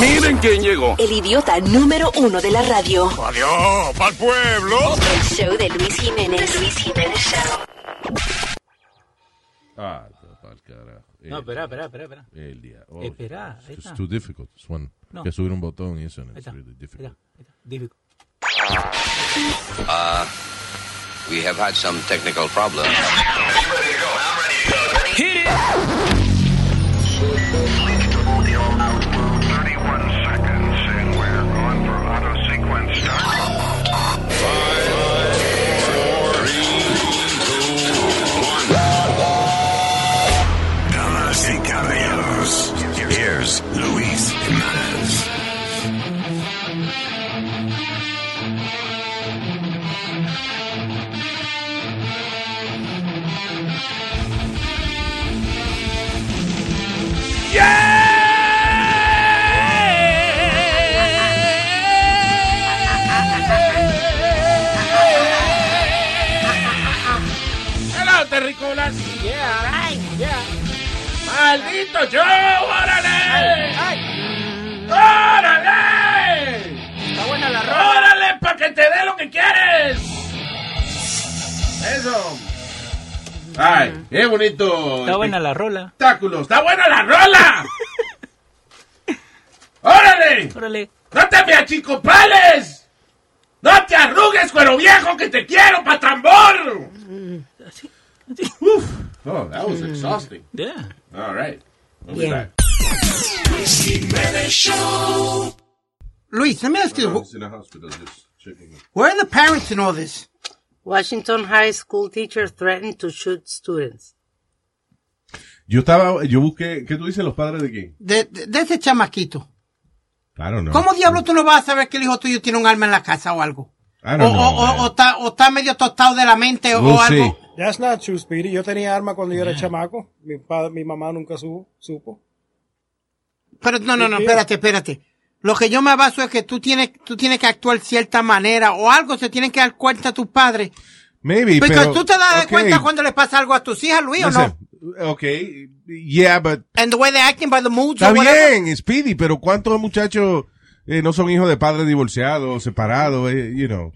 Miren quién llegó. El idiota número uno de la radio. Adiós, pa'l pueblo. El show de Luis Jiménez. Luis Jiménez Show. Ah, pa'l carajo. No, Eh, espera, espera, espera. espera. El día. Oh, Espera, ahí It's está. too difficult. This one. Eh, ah. No. Que subir un botón y eso. and Ahí It's está. really difficult. Espera, espera. Difícil. We have had some technical problems. Damas y caballeros, here's Luis Jiménez. Hello, terricolas. Maldito yo, órale. Órale. Está buena la ropa. Órale, para que te dé lo que quieres. Eso. Ay, qué bonito. Está buena la rola. espectáculo. Está buena la rola. Órale. Órale. ¡No te me achicopales! ¡No te arrugues, cuero viejo, que te quiero, patambor! Así. así. Oh, that was exhausting. Yeah. All right. We'll Bien. Luis, let me ask you, wh- where are the parents in all this? Washington high school teacher threatened to shoot students. Yo estaba, yo busqué, ¿qué tú dices los padres de quién? De, de, de ese chamaquito. Claro, no. ¿Cómo diablo tú no vas a saber que el hijo tuyo tiene un arma en la casa o algo? I o, don't know, o- o- man. o está, o está medio tostado de la mente o, We'll o algo. see. That's not true, Speedy. Yo tenía arma cuando yo era chamaco. Mi, padre, mi mamá nunca su- supo. Pero no, no, no, espérate, espérate. Lo que yo me baso es que tú tienes, tú tienes que actuar cierta manera o algo se tienen que dar cuenta tus padres. Maybe, Porque pero... tú te das okay, cuenta cuando le pasa algo a tus hijas, Luis, o no. listen, Okay, yeah, but... And the way they're acting by the moods Está or whatever. bien, Speedy, pero ¿cuántos muchachos eh, no son hijos de padres divorciados, separados, eh, you know?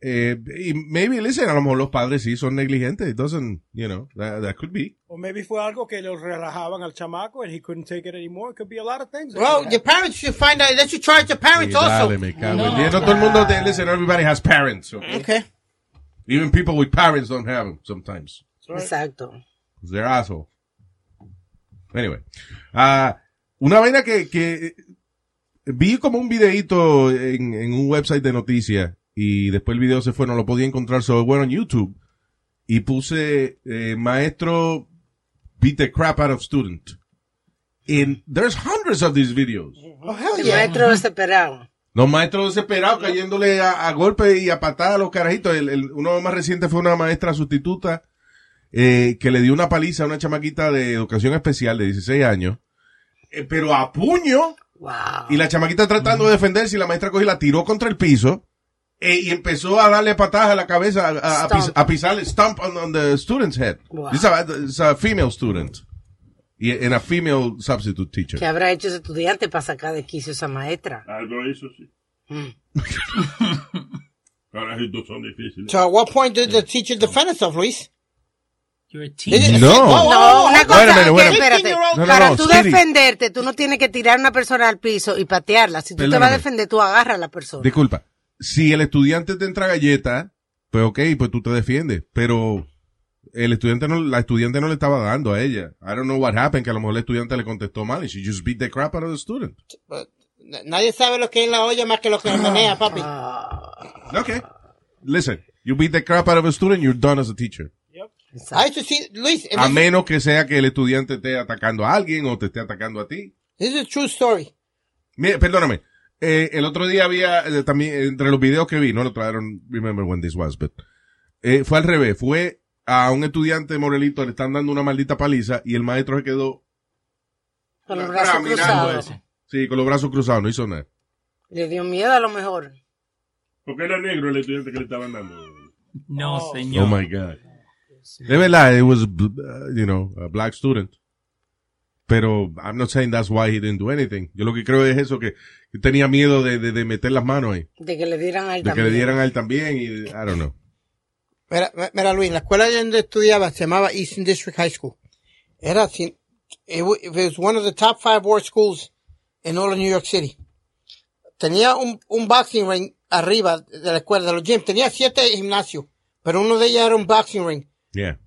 Eh, y maybe, listen, a lo mejor los padres sí son negligentes. It doesn't, you know, that, that could be. O maybe fue algo que lo relajaban al chamaco and he couldn't take it anymore. It could be a lot of things. Well, your parents should find out. They should charge the parents also. dale, me cago en diez. No todo el mundo, te- listen, everybody has parents. okay? Okay. Even people with parents don't have them sometimes. Exacto. Pues, They're asshole. Anyway. ah, una vaina que, que eh, vi como un videíto en, en un website de noticias y después el video se fue, no lo podía encontrar, solo bueno en YouTube. Y puse eh, maestro beat the crap out of student. And there's hundreds of these videos. Oh, hell El yeah. maestro desesperado. Los maestros desesperados cayéndole a, a golpes y a patadas a los carajitos. El, el- uno más reciente fue una maestra sustituta eh, que le dio una paliza a una chamaquita de educación especial de 16 años, eh, pero a puño. Wow. Y la chamaquita tratando de defenderse y la maestra cogió y la tiró contra el piso eh, y empezó a darle patadas a la cabeza, a, a, Stomp. pis- a pisarle stomp on, on the student's head. Wow. It's, a, it's a female student. Y and a female substitute teacher. ¿Qué habrá hecho ese estudiante para sacar de quicio esa maestra? Algo hizo, sí. Carajitos son difíciles. So at what point did the teacher defend herself, Luis? You're a Did teen. it- No. Oh, oh, oh, No, una okay. cosa, Wait a minute, wait a que- minute. espérate. No, no, para no, tú Oh, Speedy. defenderte, tú no tienes que tirar a una persona al piso y patearla. Si tú te vas Perdóname. a defender, tú agarras a la persona. Disculpa, si el estudiante te entra galleta, pues ok, pues tú te defiendes, pero el estudiante no, la estudiante no le estaba dando a ella. I don't know what happened, que a lo mejor el estudiante le contestó mal y she just beat the crap out of the student. Nadie sabe lo que es la olla más que Ah, lo que menea, papi. Okay, listen, you beat the crap out of a student, you're done as a teacher. I used to see, Ah, Luis, and A this, menos que sea que el estudiante esté atacando a alguien o te esté atacando a ti. this is a true story. Mire, perdóname. eh, el otro día había eh, también entre los videos que vi, no lo trajeron, remember when this was, but eh, fue al revés, fue a un estudiante de Morelito le están dando una maldita paliza y el maestro se quedó Con los la brazos cara Ah, mirando cruzados. eso. Sí, con los brazos cruzados, no hizo nada. Le dio miedo a lo mejor. Porque era negro el estudiante que le estaban dando. No, Oh señor. my god. De verdad, it was bl- uh, you know, a black student. Pero I'm not saying that's why he didn't do anything. Yo lo que creo es eso, que tenía miedo de, de, de meter las manos ahí. De que le dieran al De que le dieran a él también y, I don't know. Mira, mira, Luis, la escuela donde estudiaba se llamaba Eastern District High School. Era, sin- it wa- it was one of the top five war schools in all of New York City. Tenía un, un boxing ring arriba de la escuela, de los gyms. Tenía siete gimnasios, pero uno de ellos era un boxing ring. Yeah.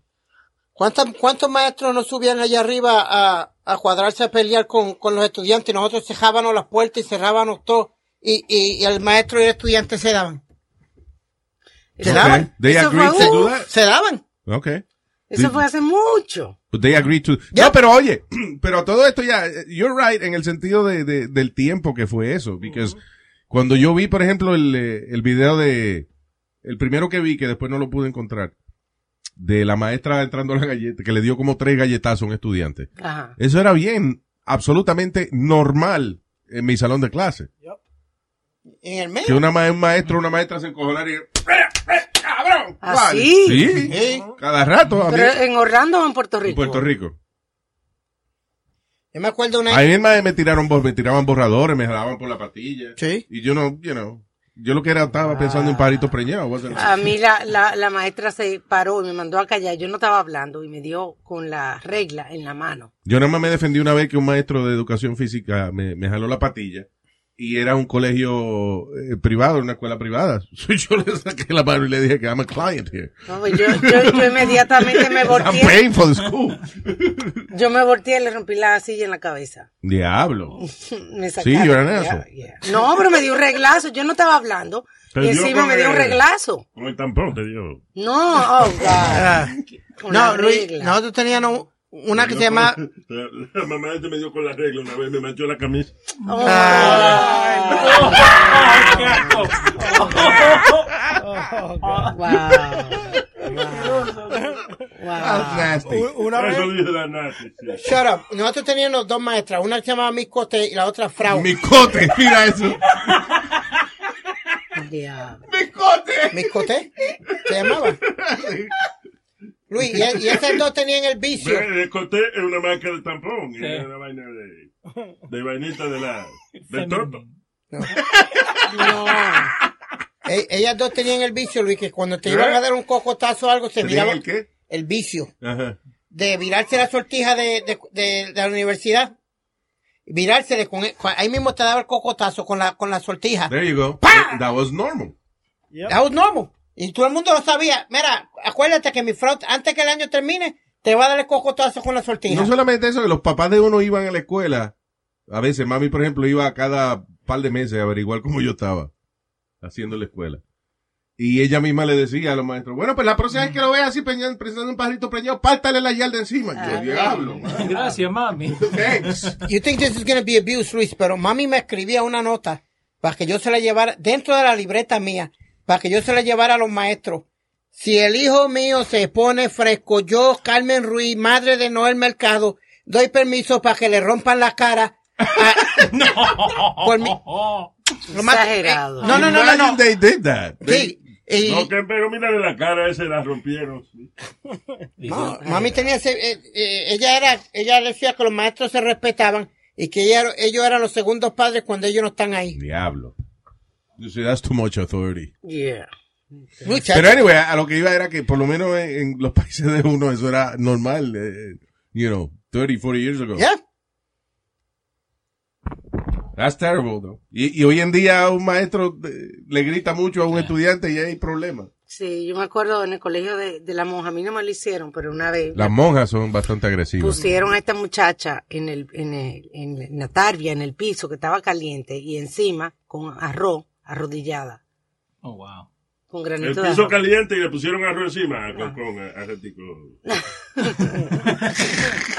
¿Cuántas- ¿Cuántos maestros no subían allá arriba a, a cuadrarse a pelear con, con los estudiantes? Nosotros cerrábamos las puertas y cerrábamos todo. Y, y, y el maestro y el estudiante se daban. Se Eso, Okay. daban. They Eso agreed fue to un- do that. Se daban. Okay. eso fue hace mucho. But they agreed to. Yeah. No, pero oye, pero todo esto ya, you're right en el sentido de, de- del tiempo que fue eso, because cuando yo vi, por ejemplo, el, eh, el video de, el primero que vi, que después no lo pude encontrar, de la maestra entrando a la galleta, que le dio como tres galletazos a un estudiante. Ajá. Eso era bien, absolutamente normal en mi salón de clase. En el Que medio. una ma- un maestro, una maestra se encojonara y, ¡Eh, eh, cabrón! ¿Ah, Así. Sí, Sí. cada rato a mí, Pero en Orlando o en Puerto Rico. en Puerto Rico. Yo me acuerdo una A mí me, me tiraron, bor- me tiraban borradores, me jalaban por la patilla. Sí. Y yo no, you know, yo lo que era estaba pensando en paritos preñados. wasn't it? A mí la, la, la maestra se paró y me mandó a callar. Yo no estaba hablando y me dio con la regla en la mano. Yo nada más me defendí una vez que un maestro de educación física me, me jaló la patilla. Y era un colegio eh, privado, una escuela privada. So, yo le saqué la mano y le dije que I'm a client here. No, pues yo, yo, yo inmediatamente Ah, me I'm volteé. paying for the school. Yo me volteé y le rompí la silla en la cabeza. Diablo. Me sacaron. Sí, yo era en Yeah, yeah. No, pero me dio un reglazo. Yo no estaba hablando. Te y dio encima con me dio un el- reglazo. Con el tampón te dio. No, oh, God. Ah. Con la No, Luis, regla. nosotros teníamos una que se llama La mamá de este me dio con la regla una vez, me manchó la camisa. Oh, my Ah. God. Wow. Wow. Nasty. Una vez Eso dice la nazi. sí. Shut up. Nosotros teníamos dos maestras, una que se llamaba Miss Cote y la otra Frau. Mi cote, mira eso. Diablo. Mi cote. Miss Cote se llamaba. Luis, y, e-, y esas dos tenían el vicio. Ve, El coté es una marca de tampón. Sí. Es una vaina de, de vainita de la. del torto. E- ellas dos tenían el vicio, Luis, que cuando te iban a dar un cocotazo o algo, se miraban el qué? el vicio Ajá. de virarse la sortija de, de, de- de la universidad. Virársele con, con- ahí mismo te daba el cocotazo con la, con la sortija. There you go. Ah. Pa! eh, That was normal. That was normal. Y todo el mundo lo sabía. Mira, acuérdate que mi fraude, antes que el año termine, te va a dar el cocotazo con la sortija. No solamente eso, que los papás de uno iban a la escuela. A veces, mami, por ejemplo, iba a cada par de meses a averiguar cómo yo estaba haciendo la escuela. Y ella misma le decía a los maestros, bueno, pues la próxima vez que lo veas así preñando, presentando un pajarito preñado, pártale la yarda encima. Ah. Yo, diablo, man. Gracias, mami. Thanks. You think this is going to be abuse, Luis, pero mami me escribía una nota para que yo se la llevara dentro de la libreta mía, para que yo se la llevara a los maestros. Si el hijo mío se pone fresco, yo, Carmen Ruiz, madre de Noel Mercado, doy permiso para que le rompan la cara. a- por mi- lo más- Exagerado. eh, no, no, no, no, no. Imagine they did that. Sí, y- No, que, pero mira la cara, ese la rompieron. sí. No, mami tenía ese- eh, eh, ella era, ella decía que los maestros se respetaban y que ella- ellos eran los segundos padres cuando ellos no están ahí. Diablo. You see, that's too much authority. Yeah. Muchachos, Pero anyway, a lo que iba era que por lo menos en, en los países de uno eso era normal, eh, you know, 30, 40 years ago. yeah. That's terrible, though. Y, y hoy en día un maestro eh, le grita mucho a un estudiante y hay problemas. Sí, yo me acuerdo en el colegio de, de la monja, a mí no me lo hicieron, pero una vez Las monjas son bastante agresivas. pusieron a esta muchacha en, el, en, el- en la tarbia, en el piso, que estaba caliente, y encima con arroz, arrodillada, Oh, wow. con El granito de piso arroz. caliente y le pusieron arroz encima a Concón, a, a Ratico. Se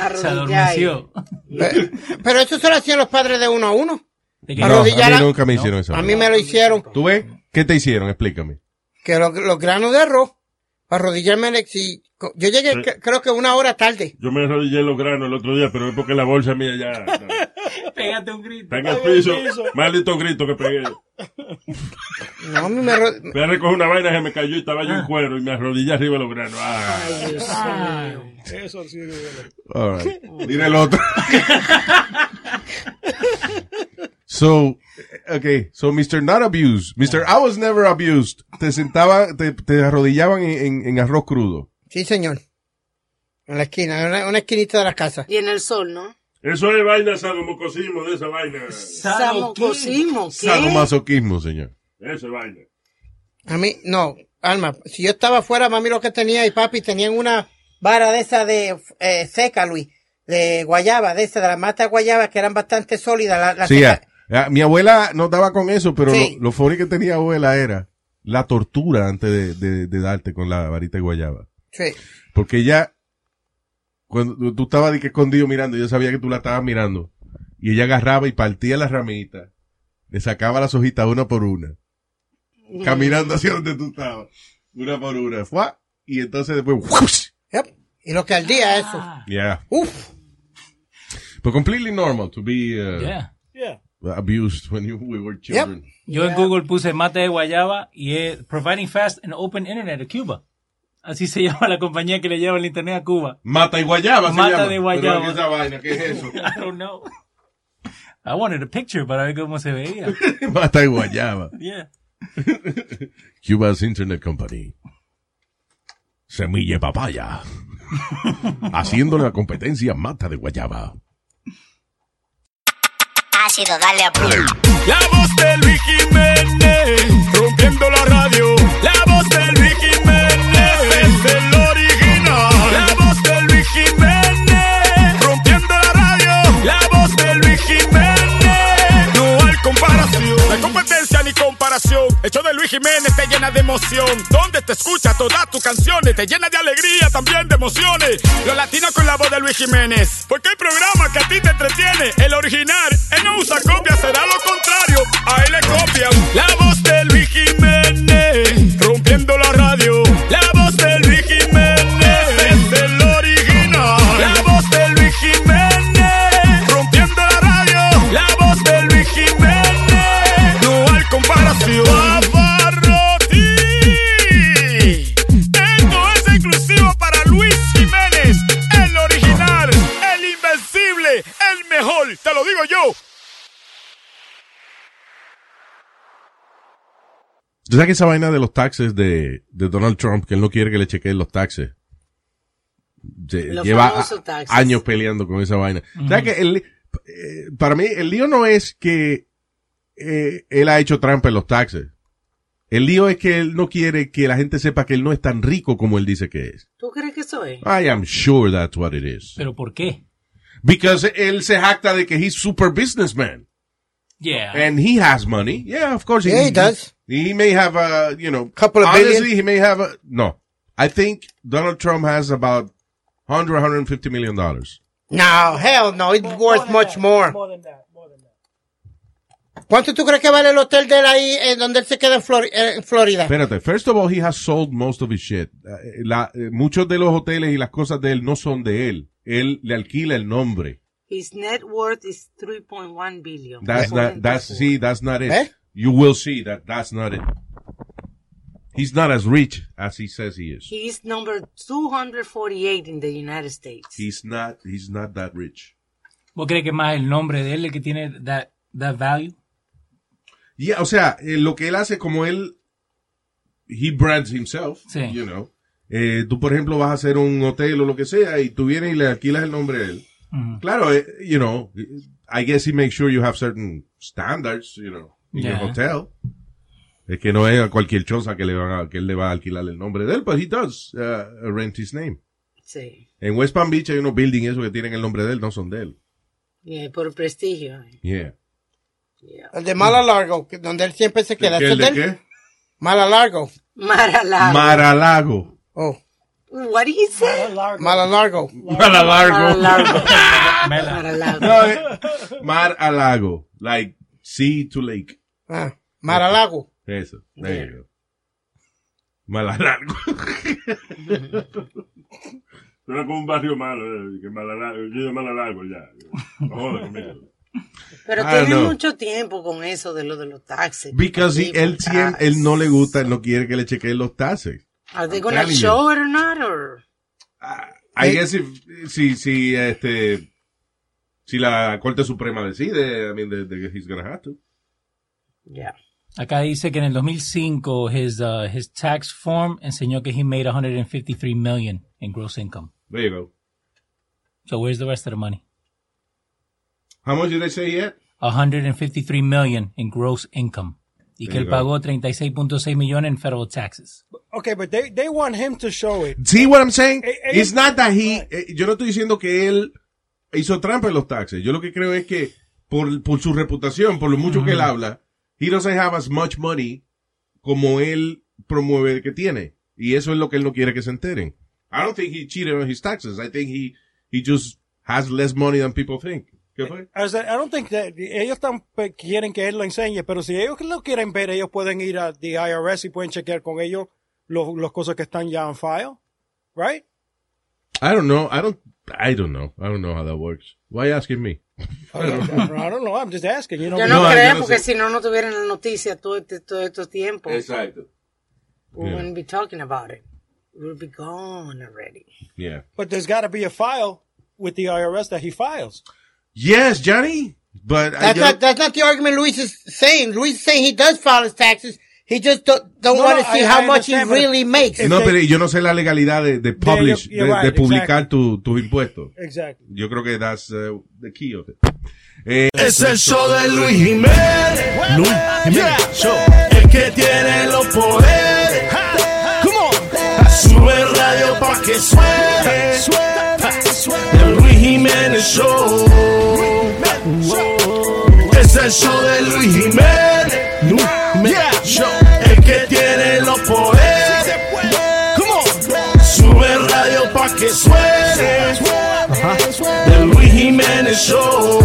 Arrodillada. adormeció. Pero, pero eso se lo hacían los padres de uno a uno. De que- No, a mí arrodillar a- nunca me hicieron eso. A mí me lo hicieron. ¿Tú ves? ¿Qué te hicieron? Explícame. Que los, los granos de arroz arrodillarme en el- si- co- yo llegué Sí. cre- creo que una hora tarde. Yo me arrodillé en los granos el otro día, pero es porque la bolsa mía ya no, Pégate un grito. está en el piso. Maldito grito que pegué. No, a mí me arro- Fui a recoger una vaina, se me cayó y estaba Ah. yo en cuero y me arrodillé arriba de los granos. Ah. Eso sí duele. All right. Mira el otro. so, okay, so Mr. Not Abused, Mr. I was never abused, te sentaba, te, te arrodillaban en, en- en arroz crudo. Sí, señor. En la esquina, en una, una esquinita de la casa. Y en el sol, ¿no? Eso es vaina sadomococismo de esa vaina. Samocosimo, ¿qué? Sadomasoquismo, señor. Esa vaina. A mí, no, Alma, si yo estaba afuera, mami lo que tenía y papi tenían una vara de esa de eh, seca, Luis, de guayaba, de esa, de la mata de guayaba, que eran bastante sólidas. La, la Sí, seca- ah, ah, mi abuela no daba con eso, pero Sí. lo, lo funny que tenía abuela era la tortura antes de, de- de darte con la varita de guayaba. Sí. Porque ella, cuando tú- tú estabas de que escondido mirando, yo sabía que tú la estabas mirando. Y ella agarraba y partía las ramitas. Le sacaba las hojitas una por una. Caminando hacia donde tú estabas. Una por una. ¡fua! Y entonces después, ¡whoosh! Yep. Y lo que al día eso. Yeah. Uf. But Pues completely normal to be uh, Yeah. Yeah. abused when you, we were children. Yo en Google puse mate de guayaba y es Providing Fast and Open Internet a Cuba. Así se llama la compañía que le lleva el internet a Cuba. Mata y guayaba se Mata llama. de guayaba. Pero, ¿qué es esa vaina? ¿Qué es eso? I don't know. I wanted a picture para ver cómo se veía. Mata y guayaba. Yeah. Cuba's Internet Company. Semilla de papaya. Haciendo la competencia mata de guayaba. Ha sido darle a play. La voz del Luis Jiménez, rompiendo la radio. La voz del Luis Jiménez, es el original. La voz del Luis Jiménez, rompiendo la radio. La voz del Luis Jiménez, no hay comparación. No hay competencia ni comparación. El show de Luis Jiménez te llena de emoción. Donde te escucha todas tus canciones, te llena de alegría, también de emociones. Los latinos con la voz de Luis Jiménez. Porque el programa que a ti te entretiene, el original, él no usa copia, será lo contrario. A él le copian. La voz de Luis Jiménez, rompiendo la radio. La voz de Luis Jiménez, es el original. La voz de Luis Jiménez, rompiendo la radio. La voz de Luis Jiménez, no hay comparación. Pavarotti. Esto es exclusivo para Luis Jiménez, el original, el invencible, el mejor. Te lo digo yo. ¿Tú sabes que esa vaina de los taxes de, de Donald Trump, que él no quiere que le chequeen los taxes? Se- Los lleva famosos a- taxes. años peleando con esa vaina. O sea que el li- eh, para mí, el lío no es que eh, él ha hecho trampa en los taxes. El lío es que él no quiere que la gente sepa que él no es tan rico como él dice que es. ¿Tú crees que eso es? I am sure that's what it is. Pero ¿por qué? Because él se jacta de que he's super businessman. Yeah. And he has money. Yeah, of course. Yeah, he does. He may have a, you know, Couple of honestly, billion. he may have a, no. I think Donald Trump has about 100, 150 million dollars. No, hell no, it's worth much more. More than that, more than that. ¿Cuánto tú crees que vale el hotel de él ahí eh, donde él se queda en, Flor- eh, en Florida? Espérate, first of all, he has sold most of his shit. Eh, la- eh, muchos de los hoteles y las cosas de él no son de él. Él le alquila el nombre. His net worth is 3.1 billion. That's not, that's, see, that's not it. ¿Eh? You will see that that's not it. He's not as rich as he says he is. He is number 248 in the United States. He's not, he's not that rich. ¿Vos crees que es más el nombre de él el que tiene that, that value? Yeah, o sea, eh, lo que él hace como él, he brands himself, Sí. you know. Eh, tú, por ejemplo, vas a hacer un hotel o lo que sea y tú vienes y le alquilas el nombre de él. Ujú. Claro, eh, you know, I guess he makes sure you have certain standards, you know, in Yeah. your hotel. Es que no es a cualquier choza que, le van a- que él le va a alquilar el nombre de él, but he does uh, rent his name. Sí. En West Palm Beach hay unos buildings esos que tienen el nombre de él, no son de él. Yeah, por prestigio. eh. Yeah. Yeah. El de Mala Largo, que- donde él siempre se queda. ¿Qué- ¿Ese el de es de él? qué? Mala Largo. Maralago. Maralago. Oh, What did he say? Mala Largo. Maralago. Mela. Maralago. No, eh, mar a lago. Like sea to lake. Ah, Maralago. Eso. There you go. Malalargo. Era como un barrio malo, eh, que Malala- yo de Malalargo ya. No jodas conmigo. Pero I tiene don't know. mucho tiempo con eso de lo de los taxis. Ah, Because he- él, siem- él no le gusta, él no quiere que le chequeen los taxes. Are they gonna telling you. ah, show it or not? Or... I guess if- si, si, este, si la Corte Suprema decide, I mean, the- the- he's gonna have to. Yeah. Acá dice que en el 2005 his, uh, his tax form enseñó que he made 153 million in gross income. There you go. So where's the rest of the money? How much did they say yet? 153 million in gross income. Y que There él you go. pagó 36.6 millones en federal taxes. Okay, but they, they want him to show it. See what I'm saying? Eh, eh, It's not that he. eh, yo no estoy diciendo que él hizo trampa en los taxes. Yo lo que creo es que por, por su reputación, por lo mucho que él habla, he doesn't have as much money como él promueve que tiene. Y eso es lo que él no quiere que se enteren. I don't think he cheated on his taxes. I think he, he just has less money than people think. ¿Qué fue? O sea, I don't think that- ellos tan, quieren que él lo enseñe, pero si ellos lo quieren ver, ellos pueden ir a the IRS y pueden chequear con ellos los, los cosas que están ya en file, right? I don't know. I don't, I don't know. I don't know how that works. Why asking me? I don't know, I'm just asking, you know. Yo no, No, ah, yo creo, no porque sé. si no, no tuvieran la noticia todo este, todo este tiempo. Exacto. We Yeah. wouldn't be talking about it. We'll be gone already. Yeah. But there's got to be a file with the IRS that he files. Yes, Johnny. But uh, I That's don't- not, that's not the argument Luis is saying. Luis is saying he does file his taxes. He just don't, don't No, want to no, see I- how I much he understand, but- really makes. If No, they- pero yo no sé la legalidad de, de Yeah, publish, Este, you're- you're de, right, de publicar exactly. tu- tus impuestos. Exactly. Yo creo que that's uh, the key of it. Es el show de Luis Jiménez. Luis Jiménez Show. El que tiene los poderes. Sube el radio pa' que suene. El Luis Jiménez Show. Es el show de Luis Jiménez. Luis Jiménez Show. El que tiene los poderes. Sube el radio pa' que suene. El Luis Jiménez Show.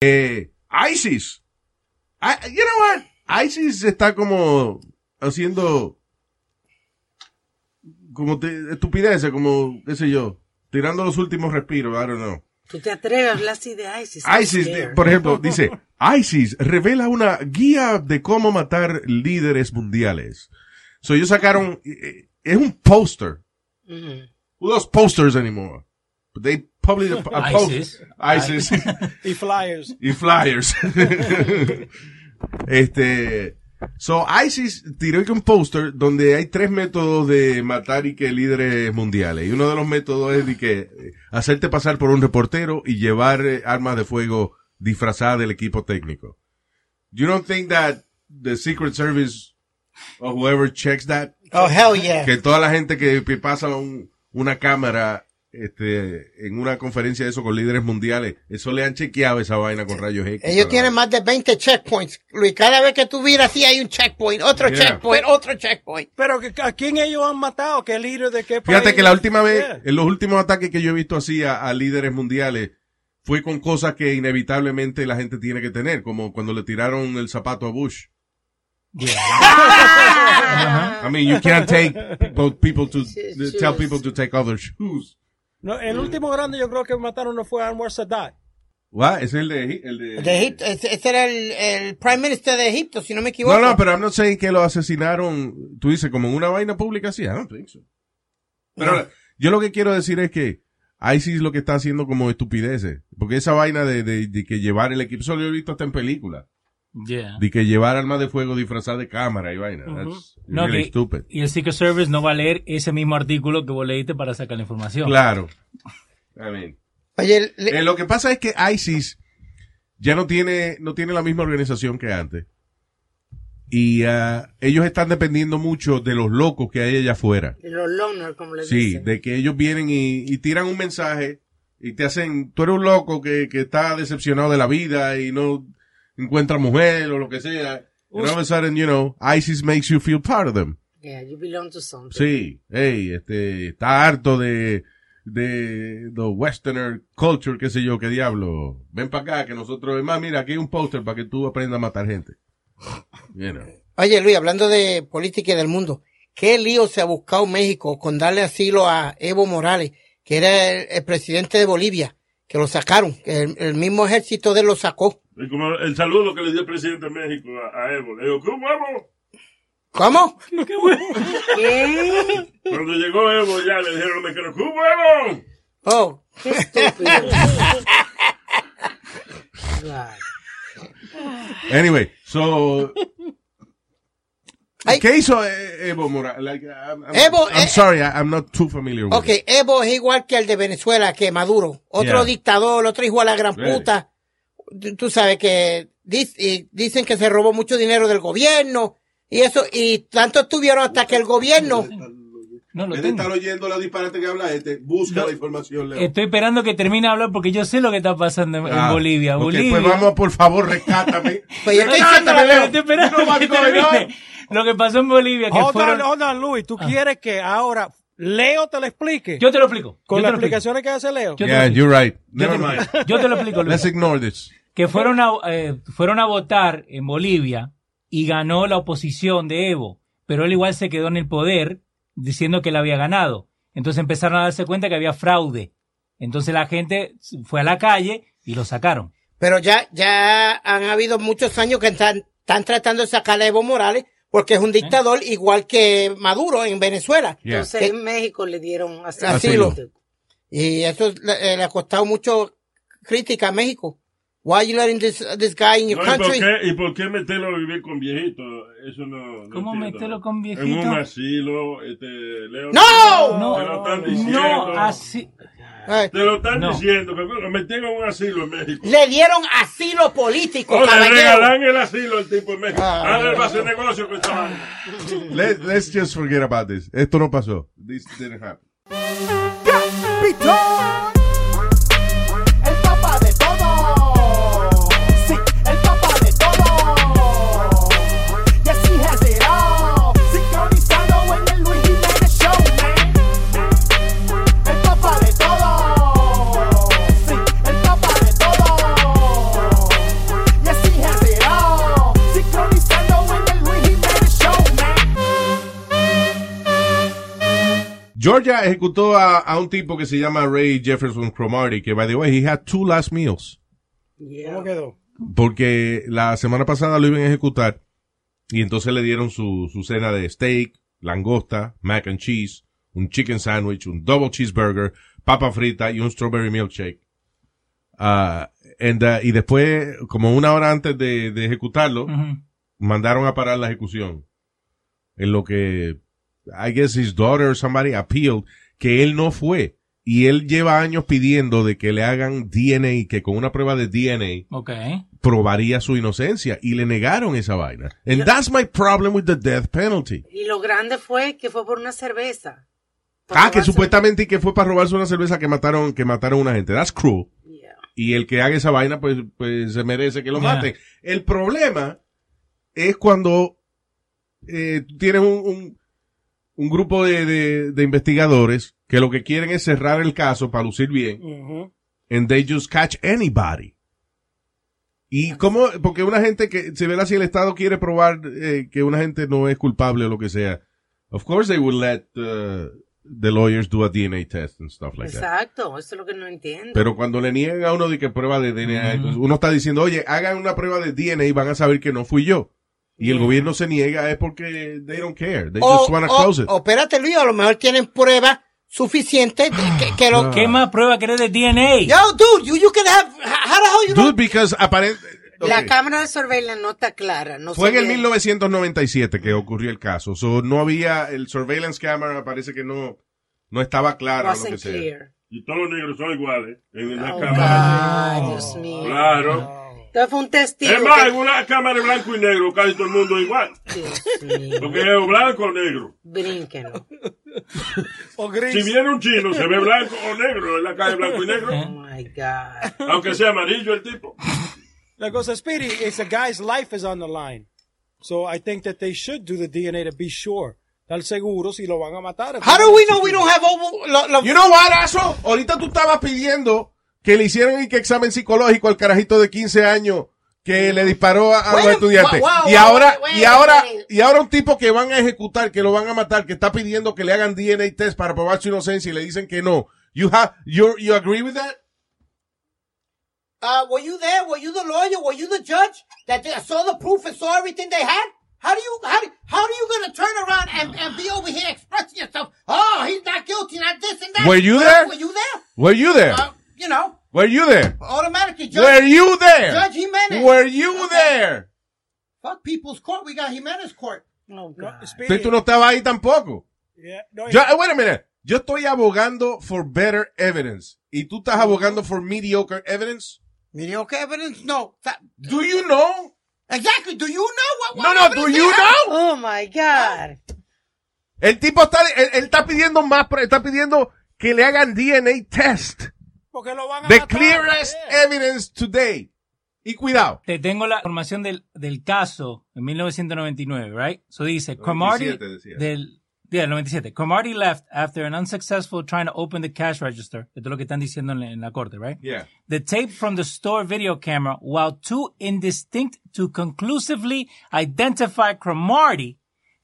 Eh, ISIS. I- you know what? ISIS está como haciendo como te- estupideces, como, qué sé yo, tirando los últimos respiros. I don't know. ¿Tú te atreves a hablar así de ISIS? ISIS, Who di- cares? por ejemplo, dice, ISIS revela una guía de cómo matar líderes mundiales. So ellos sacaron, eh, eh, es un póster. Mhm. Who does posters anymore? But they published a, a ISIS. post- ISIS He flyers. y flyers. este, so ISIS tiró que un póster donde hay tres métodos de matar y que líderes mundiales. Y uno de los métodos es de que eh, hacerte pasar por un reportero y llevar eh, armas de fuego disfrazadas del equipo técnico. You don't think that the Secret Service or whoever checks that Oh, hell yeah. que toda la gente que que pasa un- una cámara este, en una conferencia de eso con líderes mundiales, eso le han chequeado esa vaina con rayos X. Ellos tienen más de 20 checkpoints. Luis, cada vez que tú miras así hay un checkpoint, otro Yeah. checkpoint, otro checkpoint. Pero que- ¿a quién ellos han matado? ¿Qué líder de qué país? Fíjate que la última vez, Yeah. en los últimos ataques que yo he visto así a, a líderes mundiales, fue con cosas que inevitablemente la gente tiene que tener, como cuando le tiraron el zapato a Bush. I mean, you can't take people, people to tell people to take other shoes. No, el último grande yo creo que mataron no fue Anwar Sadat. What? Es el de, Egi- el de- De Egipto, ese, ese era el, el prime minister de Egipto, si no me equivoco. No, no, pero I'm not saying que lo asesinaron, tú dices, como en una vaina pública, sí, I don't think so. Pero yo lo que quiero decir es que ISIS lo que está haciendo como estupideces, porque esa vaina de, de- de que llevar el equipo, solo yo he visto hasta en películas, Yeah. de que llevar armas de fuego disfrazada de cámara y vaina, that's No, really que- stupid. y el Secret Service no va a leer ese mismo artículo que vos leíste para sacar la información. Claro. I mean, Oye, le- eh, lo que pasa es que ISIS ya no tiene, no tiene la misma organización que antes. Y ah, ellos están dependiendo mucho de los locos que hay allá afuera. De los loners, como le Sí, dicen. de que ellos vienen y, y tiran un mensaje y te hacen, tú eres un loco que, que está decepcionado de la vida y no encuentra mujer o lo que sea. And all of a sudden, you know, ISIS makes you feel part of them. Yeah, you belong to something. Sí, hey, este, está harto de, de the westerner culture, qué sé yo, qué diablo. Ven para acá que nosotros, es más, mira, aquí hay un póster para que tú aprendas a matar gente. You know. Oye, Luis, hablando de política y del mundo, ¿qué lío se ha buscado México con darle asilo a Evo Morales, que era el, el presidente de Bolivia, que lo sacaron, que el, el mismo ejército de él lo sacó? Y como el saludo que le dio el presidente de México a, a Evo. Le digo, ¿qué huevo? ¿Cómo? Cuando llegó Evo ya le dijeron, me quiero, ¿qué huevo? Oh, Qué estúpido. Claro. Anyway, so. Ay. ¿Qué hizo eh, Evo Morales? Like, I'm, I'm- Evo, I'm eh, sorry, I- I'm not too familiar with ok, it. Evo es igual que el de Venezuela, que Maduro, otro Yeah. dictador, otro hijo a la gran Really? puta. Tú- Tú sabes que dic- y dicen que se robó mucho dinero del gobierno y eso, y tanto estuvieron hasta que el Mm. gobierno... No lo En vez de estar tengo. oyendo la disparate que habla este, busca la información, Leo. Estoy esperando que termine de hablar porque yo sé lo que está pasando en, en Ah, Bolivia. ok, Bolivia. Pues vamos, por favor, rescátame. Pues yo estoy diciendo Espérate, la espérate, verdad. estoy esperando You know que what's going on. termine. Lo que pasó en Bolivia, que Hold fueron... Ah. on, hold on, Luis. ¿Tú quieres que ahora Leo te lo explique? Yo te lo explico. con yo las te lo explico. explicaciones que hace Leo. Yo te lo Yeah, explico. you're right. Yo Never te lo mind. explico. Yo te lo explico, Luis. Let's ignore this. que fueron a, eh, fueron a votar en Bolivia y ganó la oposición de Evo, pero él igual se quedó en el poder diciendo que él había ganado. Entonces empezaron a darse cuenta que había fraude. Entonces la gente fue a la calle y lo sacaron. Pero ya, ya han habido muchos años que están, están tratando de sacar a Evo Morales porque es un dictador igual que Maduro en Venezuela. Eh, Yeah. Entonces en México le dieron asilo. Asilo. Y eso le, eh, le ha costado mucho crítica a México. Why you letting this, this guy in your No, ¿y, por country? qué, ¿Y por qué meterlo a vivir con viejitos? Eso no. no ¿Cómo entiendo. meterlo con En viejitos? un asilo, este, Leo. ¡No! Te lo están diciendo. no, así. Ay, Te lo están No. diciendo, que bueno, metieron un asilo en México. le dieron asilo político, O le caballero. regalan el asilo al tipo en México. Ah. Ahora él va a hacer negocio con esta vaina. Let, let's just forget about this. Esto no pasó. This didn't happen. El papá de todo. Sí, el papá de todo. Yes, he has it all. Sincronizado en el Luis Jiménez Show, man. El papá de todo. Sí, el papá de todo. Yes, he has it all. Sincronizado en el Luis Jiménez Show, man. Georgia ejecutó a, a un tipo que se llama Ray Jefferson Cromarty, que, by the way, he had two last meals. ¿Cómo quedó? Porque la semana pasada lo iban a ejecutar y entonces le dieron su, su cena de steak, langosta, mac and cheese, un chicken sandwich, un double cheeseburger, papa frita y un strawberry milkshake. Ah, and, ah, y después, como una hora antes de, de ejecutarlo, Ujú. mandaron a parar la ejecución. En lo que, I guess his daughter or somebody appealed, que él no fue. Y él lleva años pidiendo de que le hagan DNA, que con una prueba de DNA Ok. probaría su inocencia. Y le negaron esa vaina. And that's my problem with the death penalty. Y lo grande fue que fue por una cerveza. Por Ah, que robarse- supuestamente y que fue para robarse una cerveza que mataron, que mataron a una gente. That's cruel. Yeah. Y el que haga esa vaina, pues, pues se merece que lo Yeah. maten. El problema es cuando eh, tú tienes un, un, un grupo de, de- de investigadores que lo que quieren es cerrar el caso para lucir bien. Ujú. And they just catch anybody. Y cómo, porque una gente que se ve si el Estado quiere probar eh, que una gente no es culpable o lo que sea. Of course they would let uh, the lawyers do a DNA test and stuff like that. Exacto, eso es lo que no entiendo. Pero cuando le niegan a uno de que prueba de DNA, entonces uno está diciendo, oye, hagan una prueba de DNA y van a saber que no fui yo. Y el gobierno se niega es porque they don't care. They Oh, O, just wanna o- close it. o espérate, Luis, a lo mejor tienen pruebas suficientes de- que, que lo... Ah. ¿Qué más prueba querés de DNA? Yo, Oh, dude, you, you can have... How the hell you Dude, because aparente... La ok, cámara de surveillance no está clara. No Fue se en el ve. 1997 que ocurrió el caso. So, no había el surveillance camera, parece que no, no estaba claro. Lo Wasn't que sea. clear. Y todos los negros son iguales. En la Ah, Oh, cámara. God, Dios mío. Claro. Entonces fue un testigo. Es más, que- en una cámara de blanco y negro, casi todo el mundo es igual. Dios mío. Porque es o blanco o negro. Brínquenlo. O Si gris. viene un chino, se ve blanco o negro en la calle blanco y Oh negro. my God. Aunque sea amarillo el tipo. La cosa es, Speedy, it's a guy's life is on the line. So I think that they should do the DNA to be sure. estar seguros si lo van a matar. How do we know we don't have over- lo- lo- You know what, Aso? Ahorita tú estabas pidiendo que le hicieran y que examen psicológico al carajito de 15 años que le disparó a, a los Wait, estudiantes. wow, wow, y ahora, wait, y ahora, wait. y ahora un tipo que van a ejecutar, que lo van a matar, que está pidiendo que le hagan DNA test para probar su inocencia y le dicen que no. You have, you, you agree with that? Uh, were you there? Were you the lawyer? Were you the judge that they saw the proof and saw everything they had? How do you how do, how are you gonna turn around and, and be over here expressing yourself? Oh, he's not guilty, not this and that. Were you Well, there? Were you there? Were you there? Uh, you know, Were you there? automatically judge. Were you there? Judge Jimenez. Were you there? Fuck people's court. We got Jimenez court. Entonces tú no estabas ahí tampoco. Yeah, no, Yo, eh, wait a minute. Yo estoy abogando for better evidence. Y tú estás abogando for mediocre evidence. Mediocre evidence? No. Fa- Do you know? Exactly. Do you know what? No, no, do you know? Oh my God. El tipo está, él, él está pidiendo más, pre- está pidiendo que le hagan DNA test. porque lo Ah, van a The matar. clearest Yeah. evidence today. Y cuidado. Te tengo la información del, del caso en 1999, right? So dice, Cromartie, 97 decía. del, yeah, 97. Cromartie left after an unsuccessful trying to open the cash register. Esto es lo que están diciendo en la, en la corte, right? Yeah. The tape from the store video camera, while too indistinct to conclusively identify Cromartie,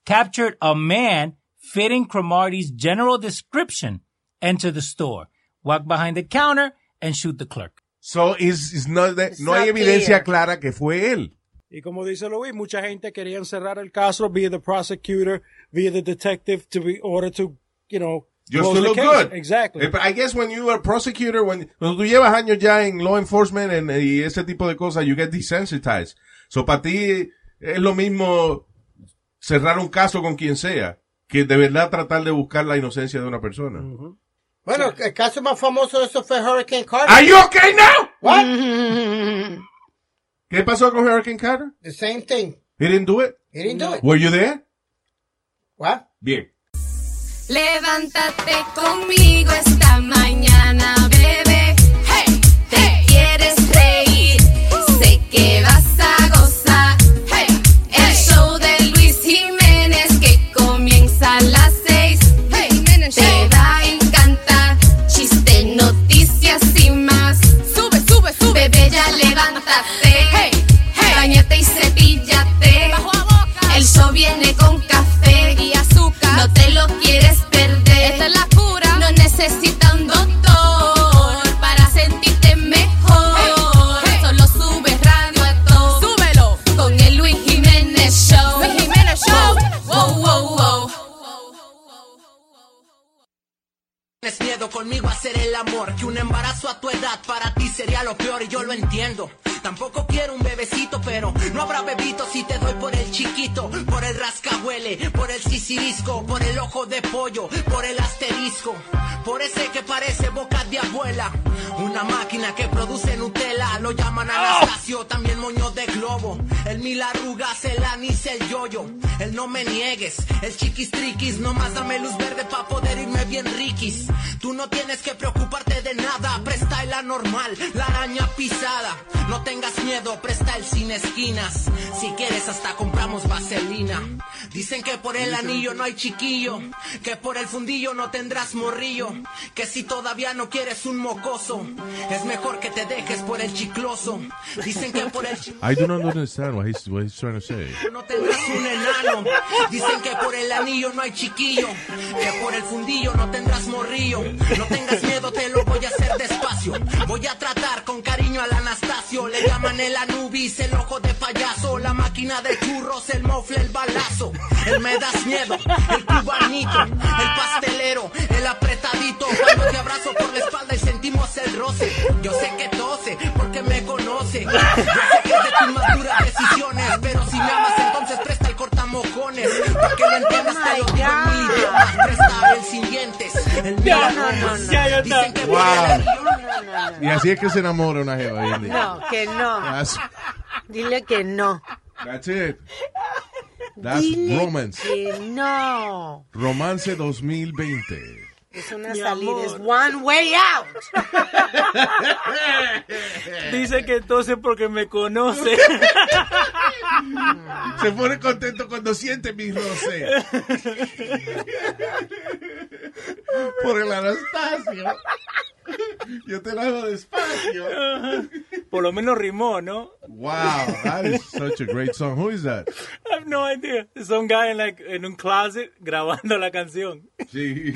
captured a man fitting Cromartie's general description enter the store, walk behind the counter, and shoot the clerk. So, it's, it's not that- It's no hay not evidencia clear. clara que fue él. Y como dice Luis, mucha gente quería cerrar el caso via the prosecutor, via the detective, to be order to, you know, Just close to the look case. good. Exactly. Eh, but I guess when you are prosecutor, when, cuando tú llevas años ya en law enforcement and- y ese tipo de cosas, you get desensitized. So para ti es lo mismo cerrar un caso con quien sea que de verdad tratar de buscar la inocencia de una persona. Bueno, el caso más famoso de eso fue Hurricane Carter. Are you okay now? What? ¿Qué pasó con Hurricane Carter? The same thing. He didn't do it. He didn't do it. Were you there? What? Bien. Levántate conmigo esta mañana, bebé. Hey, te quieres reír. Sé que vas a gozar. Hey, el show de Luis Jiménez que comienza a las seis. Hey, te va a encantar. Chiste, noticias y más. Sube, sube, sube. Bebé, ya levántate. Hey, hey. Bañate y cepíllate. El show viene con café y azúcar. No te lo quieres perder. Esta es la cura. No necesita un doctor para sentirte mejor. Solo sube radio a todo. Súbelo. Con el Luis Jiménez Show. Luis Jiménez Show. Wow, wow, wow. Tienes miedo conmigo a hacer el amor, que un embarazo a tu edad para ti sería lo peor y yo lo entiendo. Tampoco quiero un bebecito, pero no habrá bebito si te doy por el chiquito, por el rascahuele, por el sisirisco, por el ojo de pollo, por el asterisco, por ese que parece boca de abuela. Una máquina que produce Nutella, lo llaman Anastasio, también moño de globo. El mil arrugas, el anís, el yoyo, el no me niegues, el chiquis triquis, nomás dame luz verde pa' poder irme bien riquis. Tú no tienes que preocuparte de nada, presta el anormal, la araña pisada. No tengas miedo, presta el sin esquinas. Si quieres, hasta compramos vaselina. Dicen que por el anillo no hay chiquillo, que por el fundillo no tendrás morrillo, que si todavía no quieres un mocoso, es mejor que te dejes por el chicloso. Dicen que por el chi- I do not understand what he's, what he's trying to say. no tendrás un enano. Dicen que por el anillo no hay chiquillo, que por el fundillo no tendrás morrillo. No tengas miedo, te lo voy a hacer despacio. Voy a tratar con cariño al Anastasio. Le llaman el Anubis, el ojo de payaso, la máquina de churros, el mofle, el balazo. El me das miedo, el cubanito, el pastelero, el apretadito. Cuando te abrazo por la espalda y sentimos el roce. Yo sé que tose porque me conoce. Yo sé que es de tus más duras decisiones, pero si me amas entonces presta el cortamojones. Para que lo entiendas te lo digo en mi idioma. Presta el sin dientes. El mira gomas. Dicen que Wow. viene el- Y así es que se enamora una jeva hoy en día. No, que no. That's, Dile que no. that's it. That's Dile romance. que no. Romance 2020. Es una salida. Es one way out. Dice que entonces porque me conoce. Se pone contento cuando siente mi roce. Por el Anastasio. Yo te lo hago despacio. Por lo menos rimó, ¿no? Wow, that is such a great song. Who is that? I have no idea. Some guy in like, en un closet grabando la canción. Sí.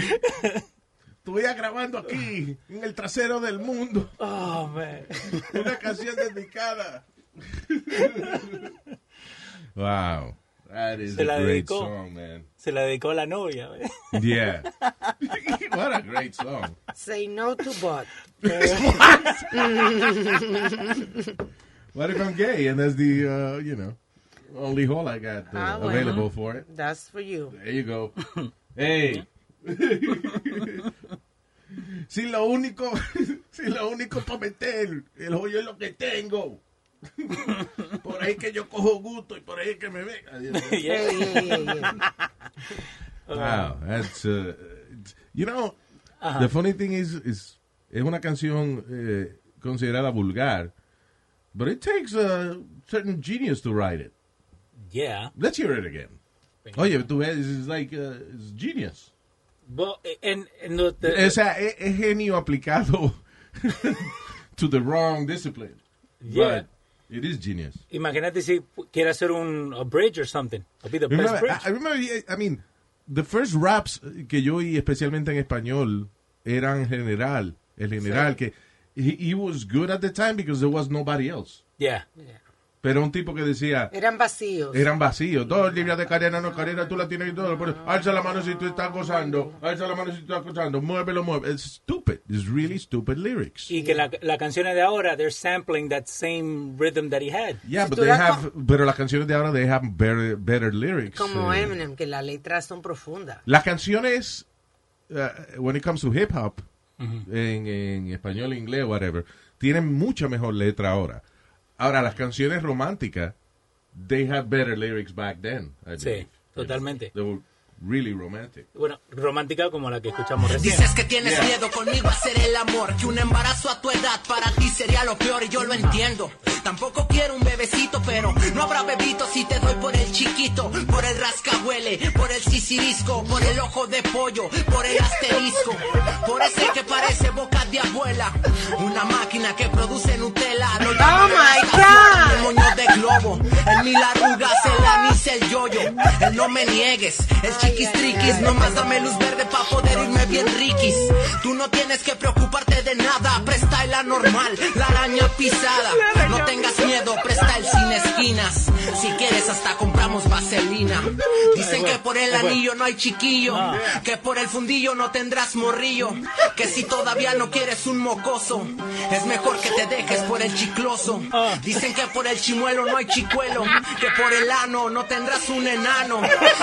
Estuviera grabando aquí, en el trasero del mundo. Oh, man. Una canción dedicada. Wow. That is Se la a great dedicó. song, man. Se la dedicó a la novia. man. Yeah. What a great song. Say no to bot. What if I'm gay? And that's the, uh, you know, only hole I got uh, Ah, bueno. available for it. That's for you. There you go. Hey. si lo único, si lo único para meter el hoyo es lo que tengo. por ahí que yo cojo gusto y por ahí que me ve. Yeah, yeah, yeah, yeah. Wow, that's uh, you know, the funny thing is, is es una canción eh, considerada vulgar, but it takes a certain genius to write it. Yeah. Let's hear it again. Oye, tú ves, it's like uh, it's genius. But, and, and the, the- O sea, e, es, es genio aplicado to the wrong discipline. Yeah. But it is genius. Imagínate si quiere hacer un a bridge or something. It'll be the best Remember, bridge. I, I remember, I mean, the first raps que yo oí, especialmente en español, eran general. El general, que he, he was good at the time because there was nobody else. Yeah. Pero un tipo que decía, Eran vacíos. eran vacíos, dos libras de cadena, no cadena, tú la tienes y todo. pero Ah. alza la mano si tú estás gozando, alza la mano si tú estás gozando, muévelo, muévelo. It's stupid. It's really stupid lyrics. Y que la, la canción de ahora, they're sampling that same rhythm that he had. Yeah, Pues but they have, pero las canciones de ahora they have better, better lyrics. Como Eh, Eminem, que las letras son profundas. Las canciones, uh, when it comes to hip hop, en, en español, inglés, whatever, tienen mucha mejor letra ahora. Ahora, las canciones románticas, they had better lyrics back then. I Sí, believe. totalmente. They were really romantic. Bueno, romántica como la que Ah, escuchamos recién. Dices que tienes miedo conmigo a hacer el amor, que un embarazo a tu edad para ti sería lo peor y yo lo entiendo. Tampoco quiero un bebecito, pero no habrá bebito si te doy por el chiquito, por el rascahuele, por el sisirisco, por el ojo de pollo, por el asterisco, por ese que parece boca de abuela, una máquina que produce Nutella. No Oh, my God. el moño de globo, el mil arrugas, el anís, el yoyo, el no me niegues, el chiquis triquis, nomás dame luz verde pa' poder irme bien riquis. Tú no tienes que preocuparte de nada, presta el anormal, la araña pisada. No tengas miedo, presta el sin esquinas. Si quieres hasta compramos vaselina. Dicen que por el anillo no hay chiquillo, que por el fundillo no tendrás morrillo, que si todavía no quieres un mocoso, es mejor que te dejes por el chicloso. Ah. Dicen que por el chimuelo no hay chicuelo, que por el ano no tendrás un enano.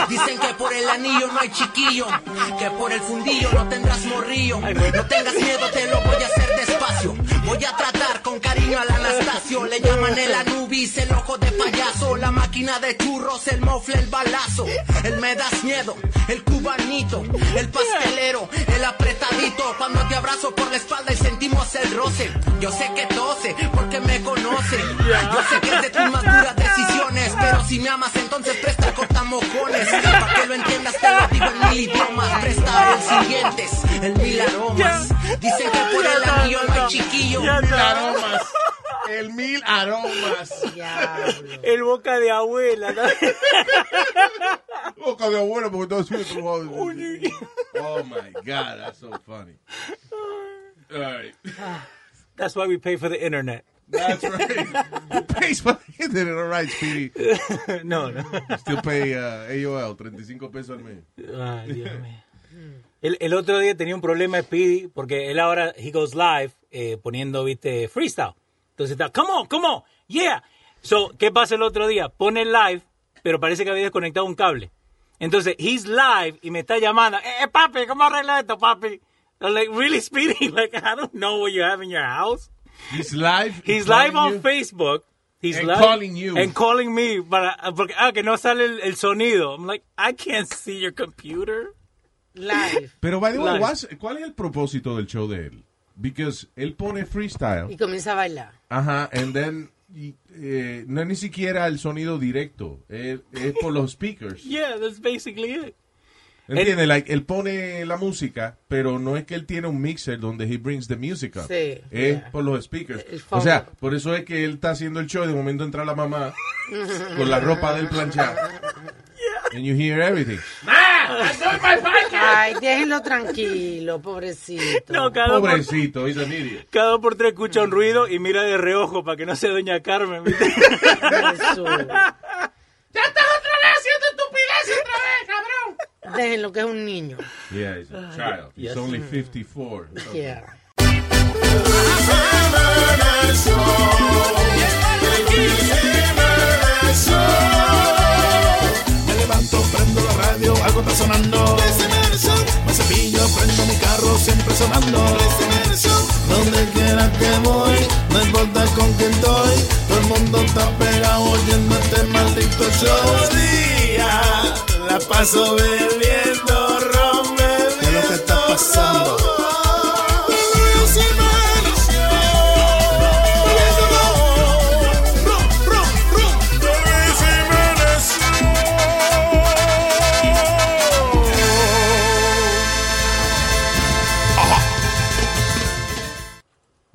Dicen que por el anillo no hay chiquillo, que por el fundillo no tendrás morrillo. No tengas miedo, te lo voy a hacer despacio. Voy a tratar con cariño al Anastasio. Le llaman el Anubis, el ojo de payaso, la máquina de churros, el mofle, el balazo. El me das miedo, el cubanito, el pastelero, el apretadito. Cuando te abrazo por la espalda y sentimos el roce. Yo sé que tose, porque me conoce. Yo sé que es de tus más duras decisiones, pero si me amas, entonces presta el cortamojones. Para que lo entiendas, te lo digo en mil idiomas. Presta el siguientes, el mil aromas. Dicen que por el anillo no hay chiquillo. El mil aromas. El boca de abuela. ¿no? Boca de Oh, abuelo, porque todo es muy probado. Oh my God, that's so funny. All right. That's why we pay for the internet. That's right. Who pays for the internet? All right, Speedy. No, no. Still pay uh, AOL, 35 pesos al mes. Ay, Dios mío. El, el otro día tenía un problema Speedy porque él ahora he goes live eh, poniendo viste freestyle. Entonces está, come on, come on, yeah. So, ¿qué pasa el otro día? Pone el live, pero parece que había desconectado un cable. Entonces, he's live y me está llamando, eh, eh, papi, ¿cómo arregla esto, papi? I'm like, really Speedy? Like, I don't know what you have in your house. He's live. He's calling live on you? Facebook. He's And live calling you. and calling me para porque ah que no sale el, el sonido. I'm like, I can't see your computer. Live. Pero, by the way, Live. what's- ¿cuál es el propósito del show de él? Because él pone freestyle. Y comienza a bailar. Ajá, and then y, eh, no es ni siquiera el sonido directo, es, es por los speakers. Yeah, that's basically it. ¿Entiendes? Like, él pone la música, pero no es que él tiene un mixer donde he brings the music up. Sí, es yeah. por los speakers. El O fondo. sea, por eso es que él está haciendo el show y de momento entra la mamá con la ropa del planchado. And you hear everything. Ay, déjenlo tranquilo, pobrecito. No, cada por, Pobrecito, he's an idiot. cada dos por tres escucha un ruido y mira de reojo para que no sea Doña Carmen. ¿viste? ¡Ya estás otra vez haciendo estupidez otra vez, cabrón! Déjenlo que es un niño. Yeah, he's a child. He's Yes. only 54. Yeah. Me levanto, prendo la radio, algo está sonando. Me cepillo, prendo mi carro, siempre sonando. Donde quiera que voy, no importa con quién estoy. Todo el mundo está pegado oyendo este maldito show. Todo día la paso bebiendo ron, ¿Qué es lo que está pasando?